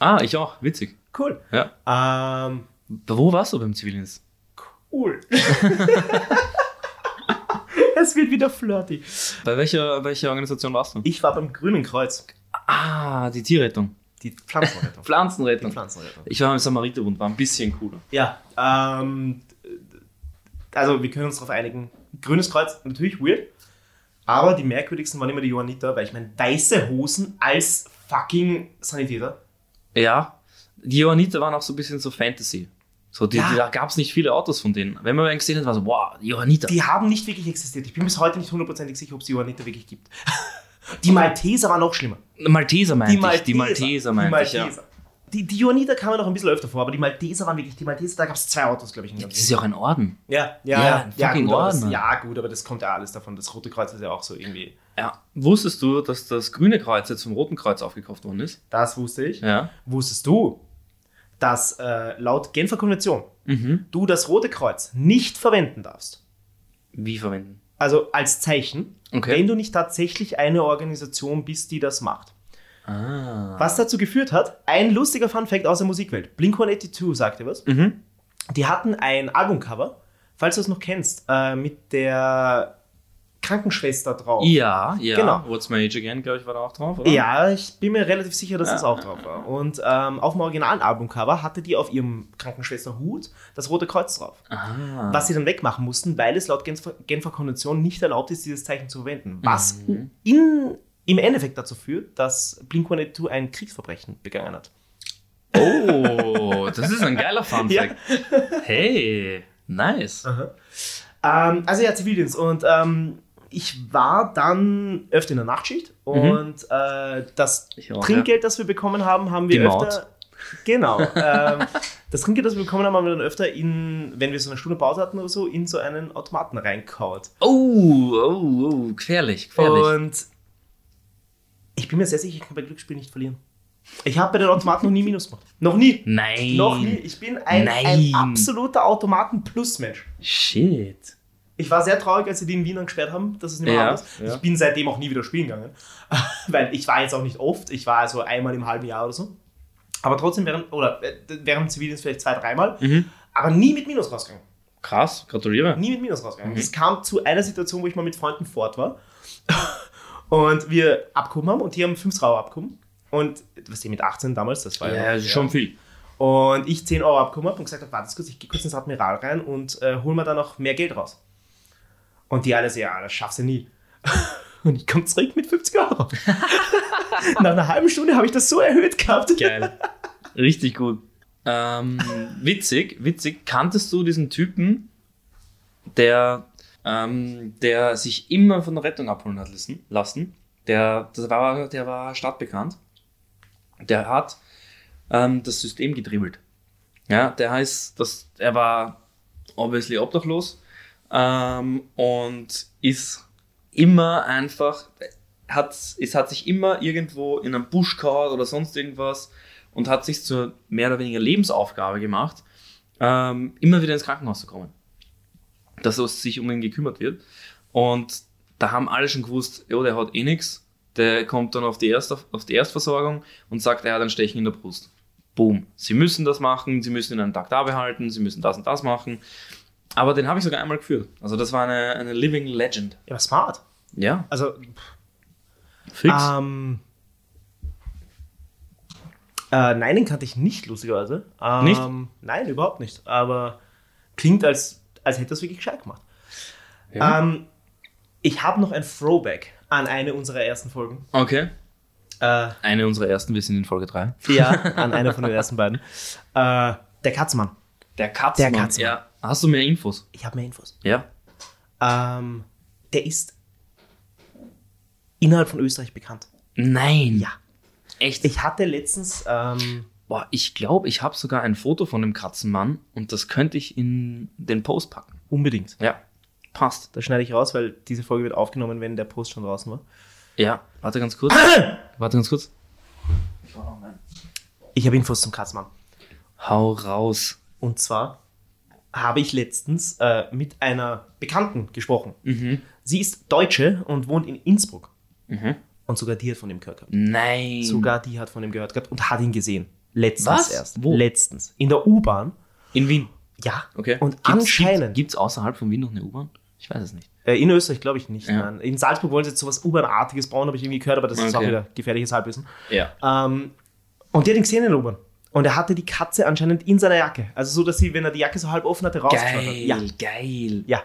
Ah, ich auch. Witzig. Cool. Ja. Ähm, Wo warst du beim Zivildienst? cool. es wird wieder flirty. Bei welcher, welcher Organisation warst du? Ich war beim Grünen Kreuz. Ah, die Tierrettung. Die Pflanzenrettung. die Pflanzenrettung. Pflanzenrettung. Ich war im Samariterbund, war ein bisschen cooler. Ja, ähm, also wir können uns darauf einigen. Grünes Kreuz, natürlich weird, aber die merkwürdigsten waren immer die Johanniter, weil ich meine, weiße Hosen als fucking Sanitäter. Ja, die Johanniter waren auch so ein bisschen so Fantasy. So, die, Ja. die, da gab es nicht viele Autos von denen. Wenn man einen gesehen hat, war so, wow, die Johanniter. Die haben nicht wirklich existiert. Ich bin bis heute nicht hundertprozentig sicher, ob es die Johanniter wirklich gibt. Die Malteser waren noch schlimmer. Malteser meinte ich. Die Malteser meinte die ich, ja. Malteser. Die, die Johanniter kamen noch ein bisschen öfter vor, aber die Malteser waren wirklich, die Malteser, da gab es zwei Autos, glaube ich. In Das ist ja auch ein Orden. ja, Ja, ja, ja, fucking gut, aber das, Ordner. ja, gut, aber das kommt ja alles davon. Das Rote Kreuz ist ja auch so irgendwie. Ja. Wusstest du, dass das Grüne Kreuz jetzt vom Roten Kreuz aufgekauft worden ist? Das wusste ich. Ja. Wusstest du, dass äh, laut Genfer Konvention Mhm. du das Rote Kreuz nicht verwenden darfst? Wie verwenden? Also als Zeichen, Okay. wenn du nicht tatsächlich eine Organisation bist, die das macht. Ah. Was dazu geführt hat, ein lustiger Funfact aus der Musikwelt. Blink 182 sagte was. Mhm. Die hatten ein Albumcover, falls du es noch kennst, äh, mit der Krankenschwester drauf. Ja, ja. Genau. What's my age again, glaube ich, war da auch drauf, oder? Ja, ich bin mir relativ sicher, dass das auch drauf war. Und ähm, auf dem originalen Albumcover hatte die auf ihrem Krankenschwesterhut das Rote Kreuz drauf. Ah. was sie dann wegmachen mussten, weil es laut Genfer, Genfer Konvention nicht erlaubt ist, dieses Zeichen zu Mhm. verwenden. Was in, im Endeffekt dazu führt, dass Blink-182 ein Kriegsverbrechen begangen hat. Oh, das ist ein geiler Funfact. Hey, nice. Ähm, also ja, Zivildienst. Und ähm, ich war dann öfter in der Nachtschicht und äh, das Mhm. Ich auch, Trinkgeld, das wir bekommen haben, haben wir Die Maut. öfter... Genau. ähm, das Trinkgeld, das wir bekommen haben, haben wir dann öfter in, wenn wir so eine Stunde Pause hatten oder so, in so einen Automaten reinkaut. Oh, oh, oh, gefährlich, gefährlich. Und ich bin mir sehr sicher, ich kann bei Glücksspiel nicht verlieren. Ich habe bei den Automaten noch nie Minus gemacht. Noch nie. Nein. Noch nie. Ich bin ein, ein Nein. absoluter Automaten-Plus-Mensch. Shit. Ich war sehr traurig, als sie die in Wien dann gesperrt haben, dass es nicht mehr Ja, haben ist. ja. Ich bin seitdem auch nie wieder spielen gegangen. Weil ich war jetzt auch nicht oft. Ich war also einmal im halben Jahr oder so. Aber trotzdem während, oder äh, während dem Zivildienst vielleicht zwei, dreimal. Mhm. Aber nie mit Minus rausgegangen. Krass, gratuliere. nie mit Minus Mhm. rausgegangen. Das kam zu einer Situation, wo ich mal mit Freunden fort war und wir abgehoben haben und die haben 5 Euro abgehoben. Und was die mit 18 damals, das war Ja, ja. das ist schon viel. Und ich 10 Euro abgehoben habe und gesagt habe, warte kurz, ich gehe kurz ins Admiral rein und äh, hol mir da noch mehr Geld raus. Und die alle so, ja, das schaffst du nie. Und ich komme zurück mit 50 Euro. Nach einer halben Stunde habe ich das so erhöht gehabt. Geil. Richtig gut. Ähm, witzig, witzig. Kanntest du diesen Typen, der, ähm, der sich immer von der Rettung abholen hat lassen? lassen? Der, das war, der war stadtbekannt. Der hat ähm, das System getribbelt. Ja, der heißt, dass er war obviously obdachlos ähm, und ist immer einfach, hat, es hat sich immer irgendwo in einem Busch gehauen oder sonst irgendwas und hat sich zur mehr oder weniger Lebensaufgabe gemacht, ähm, immer wieder ins Krankenhaus zu kommen. Dass es sich um ihn gekümmert wird. Und da haben alle schon gewusst, ja, der hat eh nichts. Der kommt dann auf die, Erst auf die Erstversorgung und sagt, er hat ein Stechen in der Brust. Boom. Sie müssen das machen, sie müssen ihn einen Tag da behalten, sie müssen das und das machen. Aber den habe ich sogar einmal geführt. Also das war eine, eine Living Legend. Ja, smart. Ja, Also fix. Ähm, äh, nein, den kannte ich nicht, lustigerweise. Ähm, Nicht? Nein, überhaupt nicht. Aber klingt, als, als hätte das wirklich gescheit gemacht. Ja. Ähm, ich habe noch ein Throwback an eine unserer ersten Folgen. Okay. Äh, Eine unserer ersten, wir sind in Folge 3. ja, an eine von den ersten beiden. Äh, der Katzmann. Der Katzmann. Der Katzmann. Ja. Hast du mehr Infos? Ich habe mehr Infos. Ja. Ähm, der ist innerhalb von Österreich bekannt. Nein. Ja. Echt? Ich hatte letztens. Ähm, Boah, ich glaube, ich habe sogar ein Foto von dem Katzenmann und das könnte ich in den Post packen. unbedingt. Ja. Passt. Das schneide ich raus, weil diese Folge wird aufgenommen, wenn der Post schon draußen war. Ja. Warte ganz kurz. Ah! Warte ganz kurz. Ich habe Infos zum Katzmann. Hau raus. Und zwar habe ich letztens äh, mit einer Bekannten gesprochen. Mhm. Sie ist Deutsche und wohnt in Innsbruck. Und sogar die hat von dem gehört gehabt. Nein. Sogar die hat von dem gehört gehabt und hat ihn gesehen. Letztens Was? erst. Wo? Letztens. In der U-Bahn. In Wien. Ja. Okay. Und Gibt's- anscheinend. Gibt's außerhalb von Wien noch eine U-Bahn? Ich weiß es nicht. äh, in Österreich glaube ich nicht. Ja. Ah, Nein. In Salzburg wollen sie jetzt sowas U-Bahn-artiges bauen, habe ich irgendwie gehört, aber das ist auch Okay. wieder gefährliches Halbwissen. Ja. Ähm, Und die hat ihn gesehen, den Roman. Und er hatte die Katze anscheinend in seiner Jacke. Also so, dass sie, wenn er die Jacke so halb offen hatte, rausgeschaut hat. Geil, Ja, geil. ja.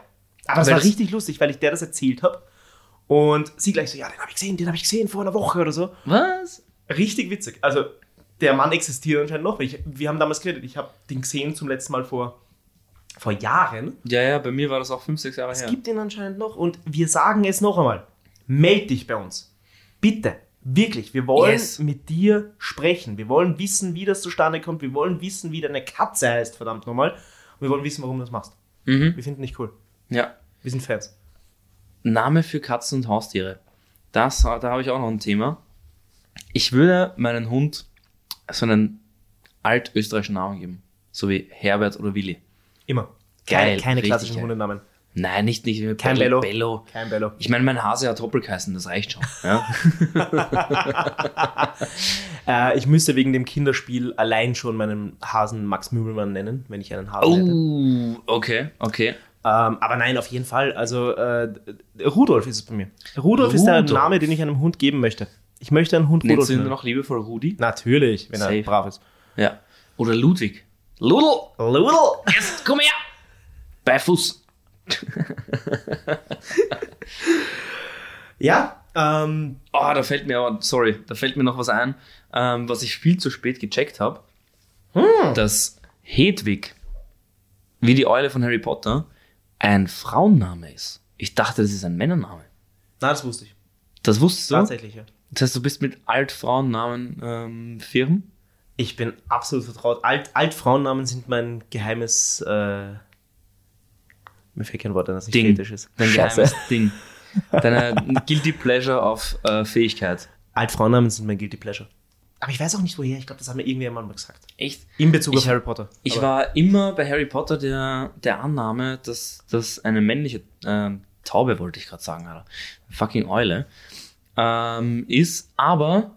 Aber es Weil war das- richtig lustig, weil ich der das erzählt habe. Und sie gleich so, ja, den habe ich gesehen, den habe ich gesehen vor einer Woche oder so. Was? Richtig witzig. Also, der Mann existiert anscheinend noch. weil Ich, wir haben damals geredet. Ich habe den gesehen zum letzten Mal vor, vor Jahren. Ja, ja, bei mir war das auch 5, 6 Jahre Es her. gibt ihn anscheinend noch und wir sagen es noch einmal. Meld dich bei uns. Bitte. Wirklich. Wir wollen Yes. mit dir sprechen. Wir wollen wissen, wie das zustande kommt. Wir wollen wissen, wie deine Katze heißt, verdammt nochmal. Und wir wollen wissen, warum du das machst. Mhm. Wir finden dich cool. Ja. Wir sind Fans. Name für Katzen und Haustiere. Das, da habe ich auch noch ein Thema. Ich würde meinen Hund so einen altösterreichischen Namen geben. So wie Herbert oder Willi. Immer. Geil, keine keine richtig klassischen geil. Hundenamen. Nein, nicht, nicht wie Kein Bello. Bello. Kein Bello. Ich meine, mein Hase hat Hoppel geheißen, das reicht schon. Ja? Äh, ich müsste wegen dem Kinderspiel allein schon meinen Hasen Max Mübelmann nennen, wenn ich einen Hasen hätte. oh, okay, okay. Ähm, aber nein, auf jeden Fall. Also äh, Rudolf ist es bei mir. Rudolf, ist der Rudolf. Name, den ich einem Hund geben möchte. Ich möchte einen Hund Nennst Rudolf du ihn nennen. nur noch liebevoll Rudi? Natürlich, wenn Safe. er brav ist. Ja. Oder Ludwig. Ludl, Ludel! jetzt komm her! Bei Fuß. Ja, ähm, Oh, da fällt mir aber, sorry, da fällt mir noch was ein, ähm, was ich viel zu spät gecheckt habe. Hm. Dass Hedwig, wie die Eule von Harry Potter, ein Frauenname ist. Ich dachte, das ist ein Männername. na, das wusste ich. Das wusstest du? Tatsächlich, ja. Das heißt, du bist mit Altfrauennamen ähm, Firmen? Ich bin absolut vertraut. Alt, Altfrauennamen sind mein geheimes, äh, mir fehlt kein Wort, wenn das nicht Ding. fetisch ist. Dein Scheiße. geheimes Ding. Deine Guilty Pleasure auf äh, Fähigkeit. Altfrauennamen sind mein Guilty Pleasure. Aber ich weiß auch nicht, woher. Ich glaube, das hat mir irgendwer mal gesagt. Echt? In Bezug Ich- auf Harry Potter. Ich Aber- war immer bei Harry Potter der, der Annahme, dass das eine männliche ähm, Taube, wollte ich gerade sagen, Alter. Fucking Eule. Ähm, ist, aber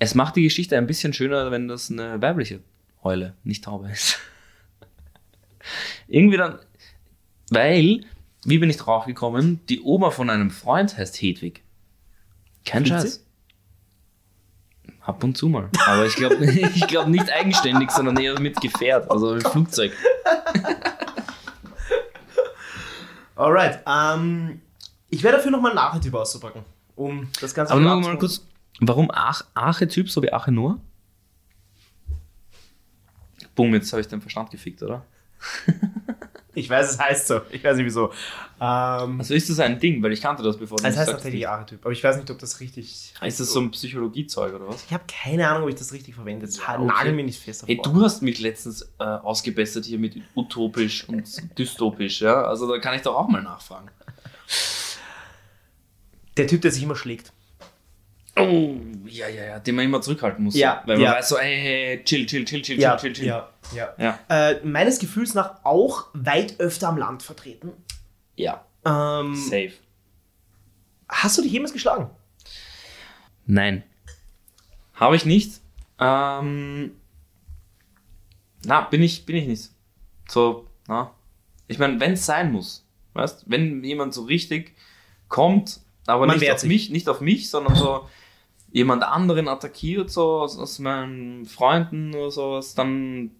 es macht die Geschichte ein bisschen schöner, wenn das eine weibliche Eule, nicht Taube ist. Irgendwie dann, weil, wie bin ich draufgekommen, die Oma von einem Freund heißt Hedwig. Kein Fühlt Scheiß. Ab und zu mal. Aber ich glaube ich glaub nicht eigenständig, sondern eher mit Gefährt, also mit Flugzeug. Alright, ähm, ich werde dafür nochmal einen Archetyp auszupacken, um das Ganze Aber wieder nur mal abzurunden. kurz, warum Ach Archetyp so wie Ache nur? Boom, jetzt habe ich den Verstand gefickt, oder? Ich weiß, es heißt so. Ich weiß nicht wieso. Ähm, Also ist das ein Ding, weil ich kannte Also das bevor. du es mich heißt sagst. tatsächlich Archetyp, aber ich weiß nicht, ob das richtig. Ist das so ein Psychologiezeug oder was? Ich habe keine Ahnung, ob ich das richtig verwende. Ja, Ja, okay. Nagel mir nicht fest. auf Hey, Wort. du hast mich letztens äh, ausgebessert hier mit utopisch und dystopisch, ja? Also da kann ich doch auch mal nachfragen. Der Typ, der sich immer schlägt. Oh, ja, ja, ja, den man immer zurückhalten muss. Ja, Weil man ja. weiß so, hey, hey, chill, chill, chill, chill, chill, chill, chill. ja, ja. Ja. Äh, meines Gefühls nach auch weit öfter am Land vertreten. ja, Ähm, safe. hast du dich jemals geschlagen? Nein. Habe ich nicht. Ähm, na, bin ich, bin ich nicht. So, na. Ich meine, wenn es sein muss. Weißt wenn jemand so richtig kommt, aber Man nicht wehrt auf, sich. mich, nicht auf mich, sondern so jemand anderen attackiert, so aus, aus meinen Freunden oder sowas, dann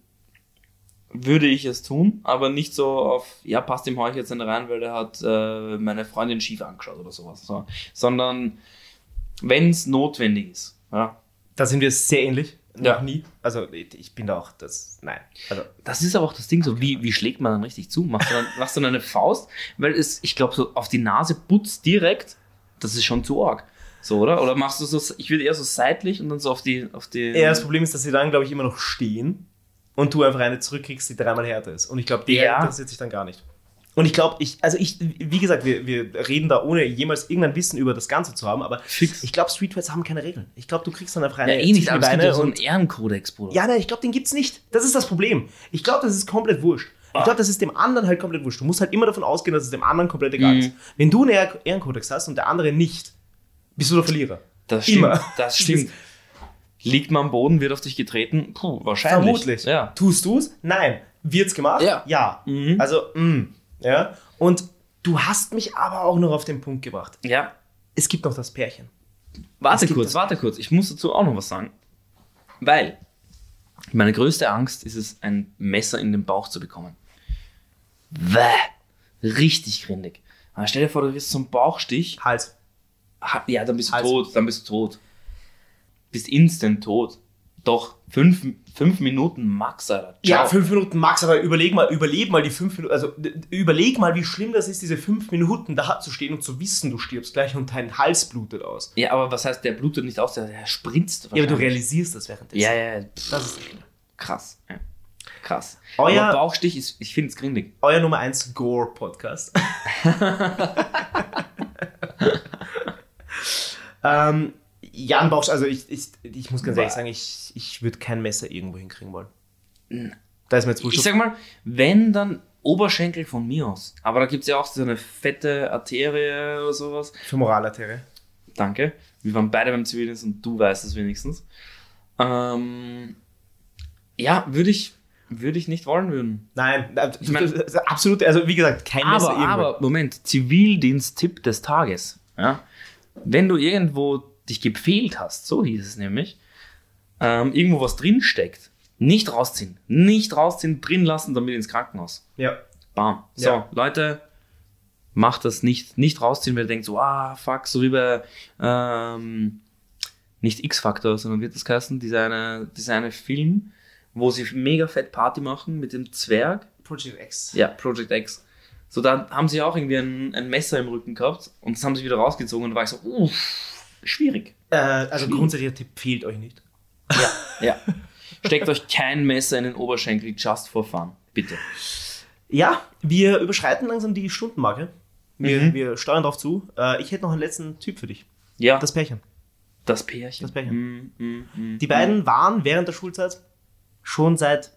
würde ich es tun, aber nicht so auf, ja, passt dem Heuch jetzt nicht rein, weil der hat äh, meine Freundin schief angeschaut oder sowas. So. Sondern wenn es notwendig ist. Ja. Da sind wir sehr ähnlich. Noch Ja. nie. Also ich bin da auch das. Nein. Also Das ist aber auch das Ding, so wie, wie schlägt man dann richtig zu? Machst du dann, machst du dann eine Faust? Weil es, ich glaube, so auf die Nase putzt direkt, das ist schon zu arg. So, oder? Oder machst du so, ich würde eher so seitlich und dann so auf die. Auf die Ja, das Problem ist, dass sie dann, glaube ich, immer noch stehen und du einfach eine zurückkriegst, die dreimal härter ist. Und ich glaube, die Ja. interessiert sich dann gar nicht. Und ich glaube, ich, also ich, wie gesagt, wir, wir reden da ohne jemals irgendein Wissen über das Ganze zu haben, aber Fix. ich glaube, Streetfights haben keine Regeln. Ich glaube, du kriegst dann einfach ja, eine eh nicht, aber es gibt Beine ja so einen und. Ehrenkodex, Bruder. Ja, nein, ich glaube, den gibt's nicht. Das ist das Problem. Ich glaube, das ist komplett wurscht. Ah. Ich glaube, das ist dem anderen halt komplett wurscht. Du musst halt immer davon ausgehen, dass es dem anderen komplett egal Mhm. ist. Wenn du einen Ehren- Ehrenkodex hast und der andere nicht, bist du der Verlierer. das stimmt. immer. Das stimmt. Liegt man am Boden, wird auf dich getreten? Puh, wahrscheinlich. Vermutlich. Ja. Tust du es? Nein. Wird's gemacht? Ja. Ja. Mhm. Also, mm, ja. Und du hast mich aber auch noch auf den Punkt gebracht. ja. Es gibt noch das Pärchen. Warte gibt kurz, das- warte kurz. Ich muss dazu auch noch was sagen. Weil meine größte Angst ist es, ein Messer in den Bauch zu bekommen. Bäh. Richtig grindig. Aber stell dir vor, du kriegst so einen Bauchstich. Hals. Ha- Ja, dann bist du Also- tot. Dann bist du tot. Bist instant tot. Doch, fünf, fünf Minuten max, Alter. Ja, Ciao. fünf Minuten max, aber überleg mal, überleg mal die fünf Minuten, also d- d- überleg mal, wie schlimm das ist, diese fünf Minuten da zu stehen und zu wissen, du stirbst gleich und dein Hals blutet aus. ja, aber was heißt, der blutet nicht aus, der, der spritzt Ja, aber du wahrscheinlich. realisierst das währenddessen. Ja, ja, ja. Pff, Das ist das Schlimme. krass. Ja. Krass. Euer- aber Bauchstich ist, ich finde es grindig. Euer Nummer 1 Gore-Podcast. ähm, Jan Bausch, also ich, ich, ich muss ganz ehrlich sagen, ich, ich würde kein Messer irgendwo hinkriegen wollen. Da ist mir jetzt Ich wurscht. sag mal, wenn dann Oberschenkel von mir aus. Aber da gibt es ja auch so eine fette Arterie oder sowas. Für Moralarterie. Danke. Wir waren beide beim Zivildienst und du weißt es wenigstens. Ähm, ja, würde ich, würde ich nicht wollen würden. Nein, da- Ich mein- das ist absolut, also wie gesagt, kein Messer Aber, irgendwo. aber, Moment, Zivildienst-Tipp des Tages. Ja? Wenn du irgendwo dich gefehlt hast, so hieß es nämlich, ähm, irgendwo was drinsteckt, nicht rausziehen. Nicht rausziehen, drin lassen, damit ins Krankenhaus. Ja. Bam. So, Ja. Leute, macht das nicht. Nicht rausziehen, wenn ihr denkt, so, ah, fuck, so wie bei, ähm, nicht X-Factor, sondern wird das heißen, dieser eine, dieser eine Film, wo sie mega fett Party machen mit dem Zwerg. Project X. Ja, Project X. So, da haben sie auch irgendwie ein, ein Messer im Rücken gehabt und das haben sie wieder rausgezogen und da war ich so, uff, schwierig. Äh, also grundsätzlicher Tipp fehlt euch nicht. Ja. Steckt euch kein Messer in den Oberschenkel, just for fun. Bitte. Ja, wir überschreiten langsam die Stundenmarke. Wir, Mhm. wir steuern drauf zu. Äh, ich hätte noch einen letzten Typ für dich. Ja, das, Das Pärchen. das Pärchen. das Pärchen. Mm, mm, mm, Die beiden waren während der Schulzeit schon seit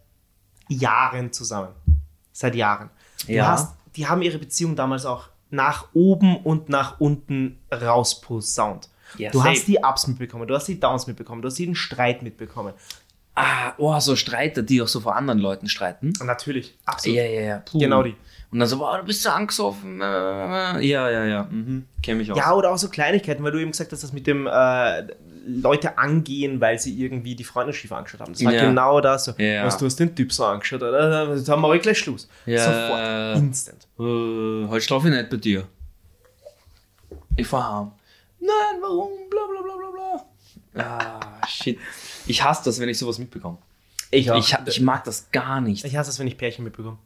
Jahren zusammen. Seit Jahren. Du Ja. hast, die haben ihre Beziehung damals auch nach oben und nach unten rausposaunt. Ja, du safe. hast die Ups mitbekommen, du hast die Downs mitbekommen, du hast jeden Streit mitbekommen. Ah, oh, so Streiter, die auch so vor anderen Leuten streiten. Natürlich, absolut. ja, ja. Puh. Genau die. Und dann so, wow, du bist so angesoffen. äh, äh, Ja, ja, ja. Mhm. Kenn mich auch. Ja, oder auch so Kleinigkeiten, weil du eben gesagt hast, das mit dem äh, Leute angehen, weil sie irgendwie die Freunde schief angeschaut haben. Das war Ja. genau das. So, Ja. Was, du hast den Typ so angeschaut, oder? Jetzt haben wir aber gleich Schluss. Ja. Sofort. Instant. Äh, heute schlafe ich nicht bei dir. Ich fahr heim. Nein, warum? Bla, bla, bla, bla, bla. Ah, shit. Ich hasse das, wenn ich sowas mitbekomme. Ich Ich, ha- ich mag das gar nicht. Ich hasse es, wenn ich Pärchen mitbekomme.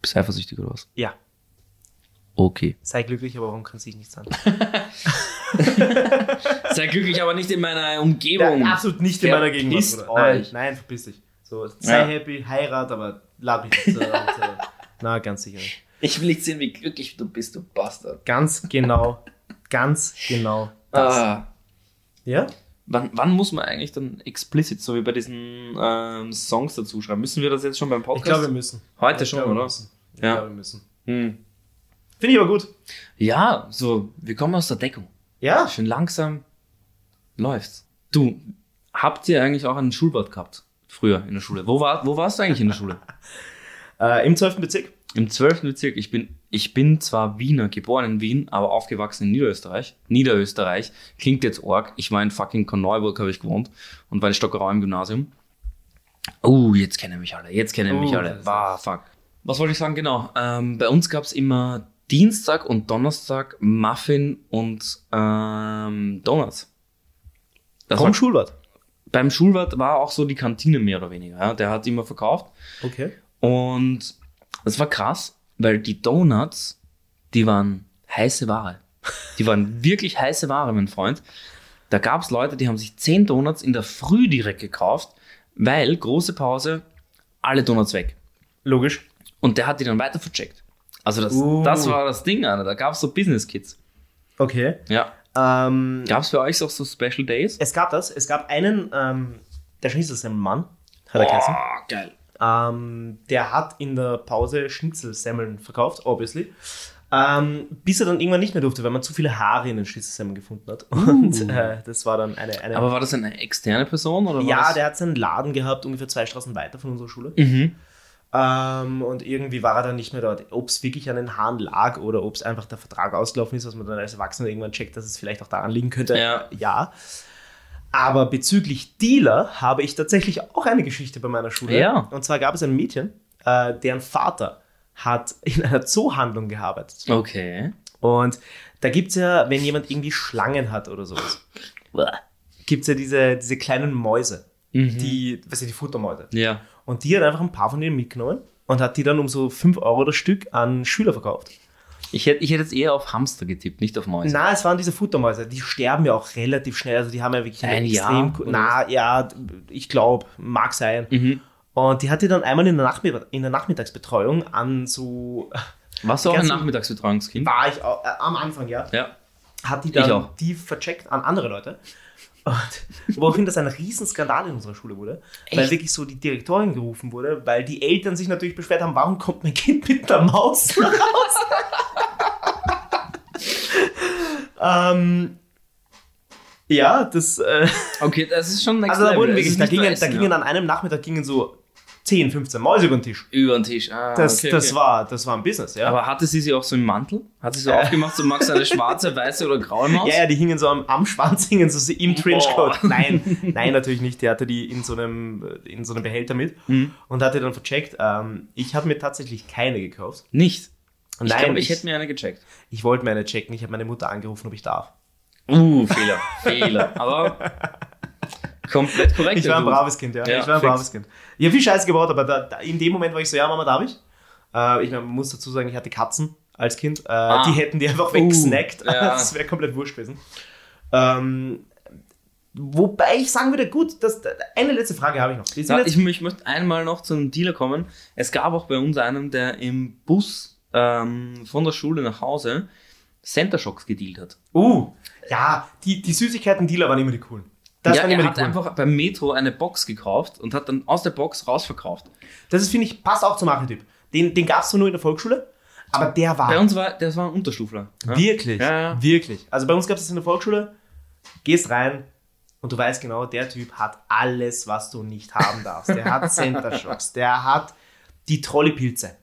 Bist du eifersüchtig oder was? Ja, Okay. sei glücklich, aber warum kann es sich nicht sein? Sei glücklich, aber nicht in meiner Umgebung. nicht Verpisst Nein, euch. nein, verpiss dich. So, sei Ja. happy, heirat, aber lab mich nicht. So, so. Na, ganz sicher nicht. Ich will nicht sehen, wie glücklich du bist, du Bastard. Ganz genau, ganz genau das. Ah. Ja? Wann, wann muss man eigentlich dann explicit, so wie bei diesen ähm, Songs dazu schreiben? Müssen wir das jetzt schon beim Ich Podcast? glaube, wir müssen. Heute ich schon, glaube, wir oder? müssen. Ich Ja. glaube, wir müssen. Hm. Finde ich aber gut. Ja, so, wir kommen aus der Deckung. Ja? Schön langsam läuft's. Du, habt ihr eigentlich auch einen Schulbad gehabt? Früher in der Schule. Wo, war, wo warst du eigentlich in der Schule? Äh, Im 12. Bezirk. Im 12. Bezirk. Ich bin, ich bin zwar Wiener, geboren in Wien, aber aufgewachsen in Niederösterreich. Niederösterreich klingt jetzt arg. Ich war in fucking Korneuburg, habe ich gewohnt und war in Stockerau im Gymnasium. Oh, jetzt kennen mich alle. Jetzt kennen mich Oh, alle. das ist- Wow, fuck. Was wollte ich sagen? Genau. Ähm, bei uns gab es immer Dienstag und Donnerstag Muffin und ähm, Donuts. Das Vom war, Schulwart. beim Schulwart war auch so die Kantine mehr oder weniger. Ja? Der hat immer verkauft. Okay. Und das war krass, weil die Donuts, die waren heiße Ware. Die waren wirklich heiße Ware, mein Freund. Da gab es Leute, die haben sich 10 Donuts in der Früh direkt gekauft, weil große Pause, alle Donuts weg. Logisch. Und der hat die dann weiter vercheckt. Also das, Uh. das war das Ding, Alter. Da gab es so Business Kids. Okay. Ja. Ähm, Gab es für euch auch so Special Days? Es gab das. Es gab einen, ähm, der Schnitzel ist ein Mann, hat er geheißen. oh, geil. Ähm, der hat in der Pause Schnitzelsemmeln verkauft, obviously. Ähm, bis er dann irgendwann nicht mehr durfte, weil man zu viele Haare in den Schnitzelsemmeln gefunden hat. Und äh, das war dann eine. eine Aber war das eine externe Person? Oder war ja, das? der hat seinen Laden gehabt, ungefähr zwei Straßen weiter von unserer Schule. Mhm. Ähm, und irgendwie war er dann nicht mehr dort. Ob es wirklich an den Haaren lag oder ob es einfach der Vertrag ausgelaufen ist, was man dann als Erwachsener irgendwann checkt, dass es vielleicht auch daran liegen könnte. Ja. ja. Aber bezüglich Dealer habe ich tatsächlich auch eine Geschichte bei meiner Schule. Ja. Und zwar gab es ein Mädchen, äh, deren Vater hat in einer Zoohandlung gearbeitet. Okay. Und da gibt es ja, wenn jemand irgendwie Schlangen hat oder sowas, gibt es ja diese, diese kleinen Mäuse, Mhm. die, weißt du, die Futtermäuse. Ja. Und die hat einfach ein paar von denen mitgenommen und hat die dann um so 5 Euro das Stück an Schüler verkauft. Ich hätte, ich hätte jetzt eher auf Hamster getippt, nicht auf Mäuse. Na, es waren diese Futtermäuse, die sterben ja auch relativ schnell. Also die haben ja wirklich Ein Jahr ku- oder Mhm. Na, ja, ich glaube, mag sein. Und die hat die dann einmal in der, Nachmittag, in der Nachmittagsbetreuung an so. Warst du auch ein Ganz- Nachmittagsbetreuungskind? War ich auch, äh, am Anfang, ja. Ja. Hat die Ich dann auch. die vercheckt an andere Leute. Und woraufhin das ein Riesenskandal in unserer Schule wurde, weil Echt? wirklich so die Direktorin gerufen wurde, weil die Eltern sich natürlich beschwert haben, warum kommt mein Kind mit einer Maus raus? ähm, ja, das, äh, Okay, das ist schon next also da level. wurden Es wirklich, ist da nicht ne? nur gingen, da Essen, gingen an einem Nachmittag gingen so 10, 15 Mäuse über den Tisch. Über den Tisch. Ah, Das, okay, das, okay. War, das war ein Business, ja. Aber hatte sie sie auch so im Mantel? Hat sie so aufgemacht, so magst du eine schwarze, weiße oder graue Maus? Ja, ja, die hingen so am, am Schwanz, hingen so sie im Boah. Trenchcoat. Nein, nein, natürlich nicht. Der hatte die in so einem, äh, in so einem Behälter mit Mhm. und hatte dann vercheckt. Ähm, ich habe mir tatsächlich keine gekauft. Nicht. Ich Nein, glaube, ich ich, hätte mir eine gecheckt. ich wollte mir eine checken. Ich habe meine Mutter angerufen, ob ich darf. Uh, Fehler, Fehler. Aber komplett korrekt. Ich war ein der Dude. braves Kind, ja. Ja, ich war ein fix. braves Kind. Ich habe viel Scheiß gebaut, aber da, da, in dem Moment war ich so, ja, Mama, darf ich? Äh, ich meine, man muss dazu sagen, ich hatte Katzen als Kind. Äh, Die hätten die einfach weggesnackt. Ah. Oh. ja. Das wäre komplett wurscht gewesen. Ähm, wobei ich sagen würde, gut, das, eine letzte Frage habe ich noch. Die sind Ja, jetzt- ich, ich möchte einmal noch zu einem Dealer kommen. Es gab auch bei uns einen, der im Bus ähm, von der Schule nach Hause Center Shocks gedealt hat. Uh, ja, die, die Süßigkeiten-Dealer waren immer die coolen. Das ja, waren immer er die hat coolen. einfach beim Metro eine Box gekauft und hat dann aus der Box rausverkauft. Das ist, finde ich, passt auch zum Archetyp. Den, den gab es so nur in der Volksschule, aber der war Bei uns war, das war ein Unterstufler. Ja? wirklich, Ja, ja. wirklich. Also bei uns gab es das in der Volksschule, gehst rein und du weißt genau, der Typ hat alles, was du nicht haben darfst. Der hat Center Shocks, der hat die Trollipilze,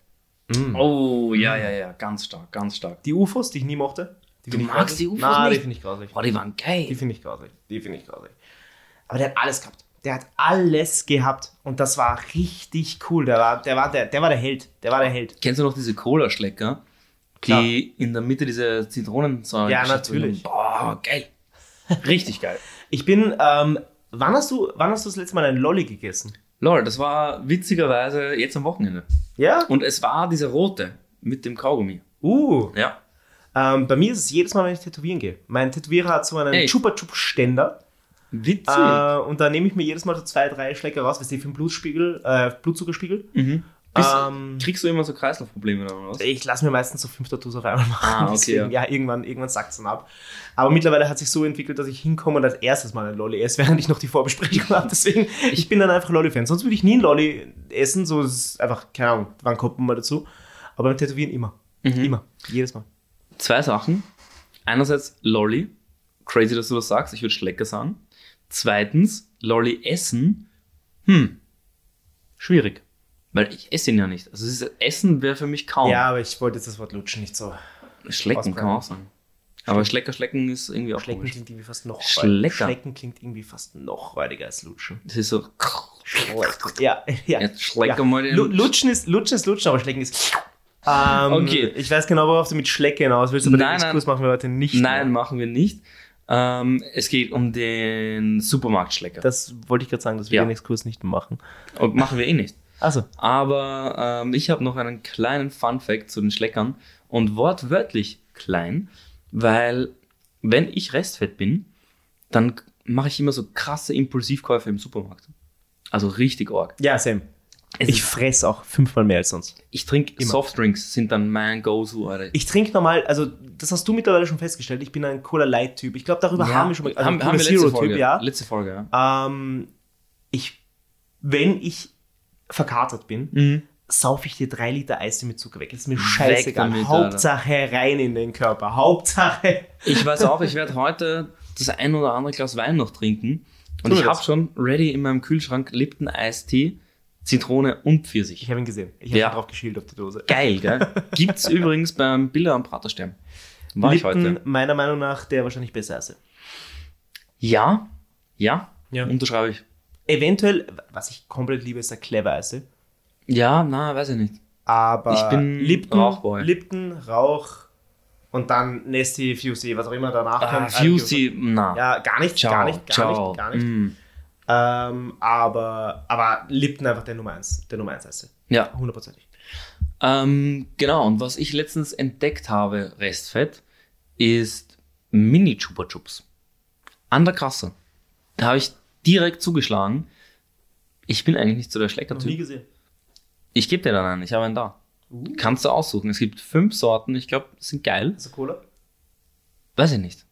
Oh, ja, ja, ja, ganz stark, ganz stark. die UFOs, die ich nie mochte. Die Du find ich magst die grauslich. UFOs Na, die nicht? finde ich grauslich. Boah, die waren Die geil. finde ich grauslich. Die finde ich grauslich. Aber der hat alles gehabt. Der hat alles gehabt. Und das war richtig cool. Der war der, war der, der, war der Held. Der war der Held. Kennst du noch diese Cola-Schlecker? Klar. Die in der Mitte diese Zitronensäure. Ja, natürlich. Boah, geil. Richtig geil. Ich bin, ähm, wann hast du, wann hast du das letzte Mal einen Lolli gegessen? Lol, das war witzigerweise jetzt am Wochenende. Ja? Und es war dieser rote mit dem Kaugummi. Uh. Ja. Ähm, bei mir ist es jedes Mal, wenn ich tätowieren gehe. Mein Tätowierer hat so einen Ey. Chupa Chup Ständer. Witzig. Äh, und da nehme ich mir jedes Mal so zwei, drei Schläge raus, was die für den Blutspiegel, äh, Blutzuckerspiegel. Mhm. Bist- ähm, Kriegst du immer so Kreislaufprobleme oder was? Ich lasse mir meistens so fünf Tattoos auf einmal machen. Ah, okay, Deswegen, ja. irgendwann, irgendwann sackt es dann ab. Aber mittlerweile hat sich so entwickelt, dass ich hinkomme und als erstes mal ein Lolli esse, während ich noch die Vorbesprechung habe. Deswegen, ich bin dann einfach Lolli-Fan. Sonst würde ich nie ein Lolli essen. So es ist einfach, keine Ahnung, wann kommt man mal dazu. Aber beim Tätowieren immer. Immer. Jedes Mal. Zwei Sachen. Einerseits Lolli. Crazy, dass du das sagst. Ich würde Schlecker sagen. Zweitens, Lolli essen. Hm. Schwierig. Weil ich esse ihn ja nicht. Also es ist, Essen wäre für mich kaum. Ja, aber ich wollte jetzt das Wort lutschen nicht so. Schlecken kann man auch sagen. Aber Schlecker, Schlecken ist irgendwie auch Schlecken komisch. klingt irgendwie fast noch Schlecker. Schlecken klingt irgendwie fast noch räudiger als lutschen. Das ist so. Ja, ja. Jetzt schlecken mal den- Lu- Lutschen ist, lutschen ist lutschen, aber schlecken ist. Ähm, Okay. Ich weiß genau, worauf du mit Schlecke hinaus willst, aber Nein, den nein. Exkurs machen wir heute nicht. Nein, mehr. machen wir nicht. Ähm, es geht um den Supermarktschlecker. Das wollte ich gerade sagen, dass wir Ja. den Exkurs nicht machen. Und machen wir eh nicht. Also, Aber ähm, ich habe noch einen kleinen Fun-Fact zu den Schleckern und wortwörtlich klein, weil wenn ich Restfett bin, dann mache ich immer so krasse Impulsivkäufe im Supermarkt. Also richtig arg. ja, Sam. Es Ich ist- fress auch fünfmal mehr als sonst. ich trinke Immer. Softdrinks, sind dann mein Go-To, Alter. Ich trinke normal, also das hast du mittlerweile schon festgestellt, ich bin ein Cola Light-Typ. Ich glaube, darüber haben wir schon mal also haben, Cola haben wir letzte Zero-Typ, Folge. ja. Letzte Folge, ja. Ähm, ich, wenn ich verkatert bin, Mhm. saufe ich dir drei Liter Eistee mit Zucker weg. Ist mir scheißegal. damit, Alter. Hauptsache rein in den Körper. Hauptsache. Ich weiß auch, ich werde heute das ein oder andere Glas Wein noch trinken. Und Tu ich das. habe schon ready in meinem Kühlschrank Lipton Eistee, Zitrone und Pfirsich. Ich habe ihn gesehen. Ich habe Ja. ihn drauf geschielt auf die Dose. Geil, gell? Gibt's übrigens beim Bilder am Praterstern. War ich Lipton, heute. meiner Meinung nach, der wahrscheinlich besser ist. Ja, Ja, Ja. unterschreibe ich. Eventuell, was ich komplett liebe, ist der Clever Eisel. Ja, na, weiß ich nicht. Aber Ich bin Lipton, Rauchboy. Lipton, Rauch und dann Nesty, Fusey, was auch immer danach Ah, kommt. Fusey, na. Ja, gar nicht, ciao, gar nicht, gar ciao. nicht, gar nicht. Mm, Ähm, aber, aber Lipton einfach der Nummer 1, der Nummer 1 Eisel. ja. Hundertprozentig. Ähm, genau, und was ich letztens entdeckt habe, Restfett, ist Mini-Chupa Chups. An der Kasse. Da habe ich direkt zugeschlagen. Ich bin eigentlich nicht so der Noch nie Schlecker-Typ. gesehen. Ich gebe dir dann einen, ich habe einen da. Uh, Kannst du aussuchen. Es gibt fünf Sorten, ich glaube, sind geil. also Cola? Weiß ich nicht.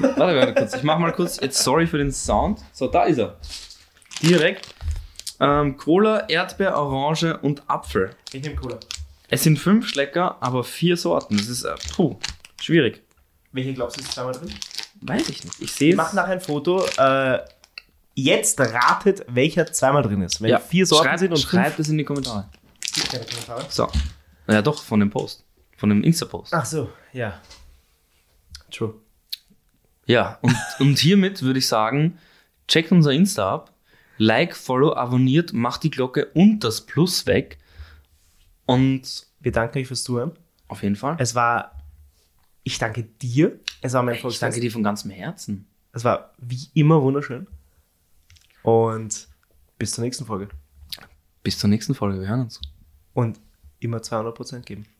Warte, warte kurz. Ich mach mal kurz. Jetzt sorry für den Sound. So, da ist er. Direkt. Ähm, Cola, Erdbeer, Orange und Apfel. Ich nehme Cola. Es sind fünf Schlecker, aber vier Sorten. Das ist, äh, puh, schwierig. Welchen glaubst du ist zweimal drin? Weiß ich nicht. Ich Wir sehe machen nachher ein Foto. Äh, jetzt ratet, welcher zweimal drin ist. Wenn Ja. vier Sorten schreibt, sind und schreibt es in die Kommentare. fünf, gibt keine Kommentare. So. Ja, doch, von dem Post. Von dem Insta-Post. Ach so, ja. True. Ja, und, und hiermit würde ich sagen, checkt unser Insta ab, like, follow, abonniert, macht die Glocke und das Plus weg. Und Wir danken euch fürs Zuhören. auf jeden Fall. Es war, ich danke dir. Es war mein Ich danke Volksfest. dir von ganzem Herzen. Es war wie immer wunderschön. Und bis zur nächsten Folge. Bis zur nächsten Folge. Wir hören uns. Und immer 200% geben.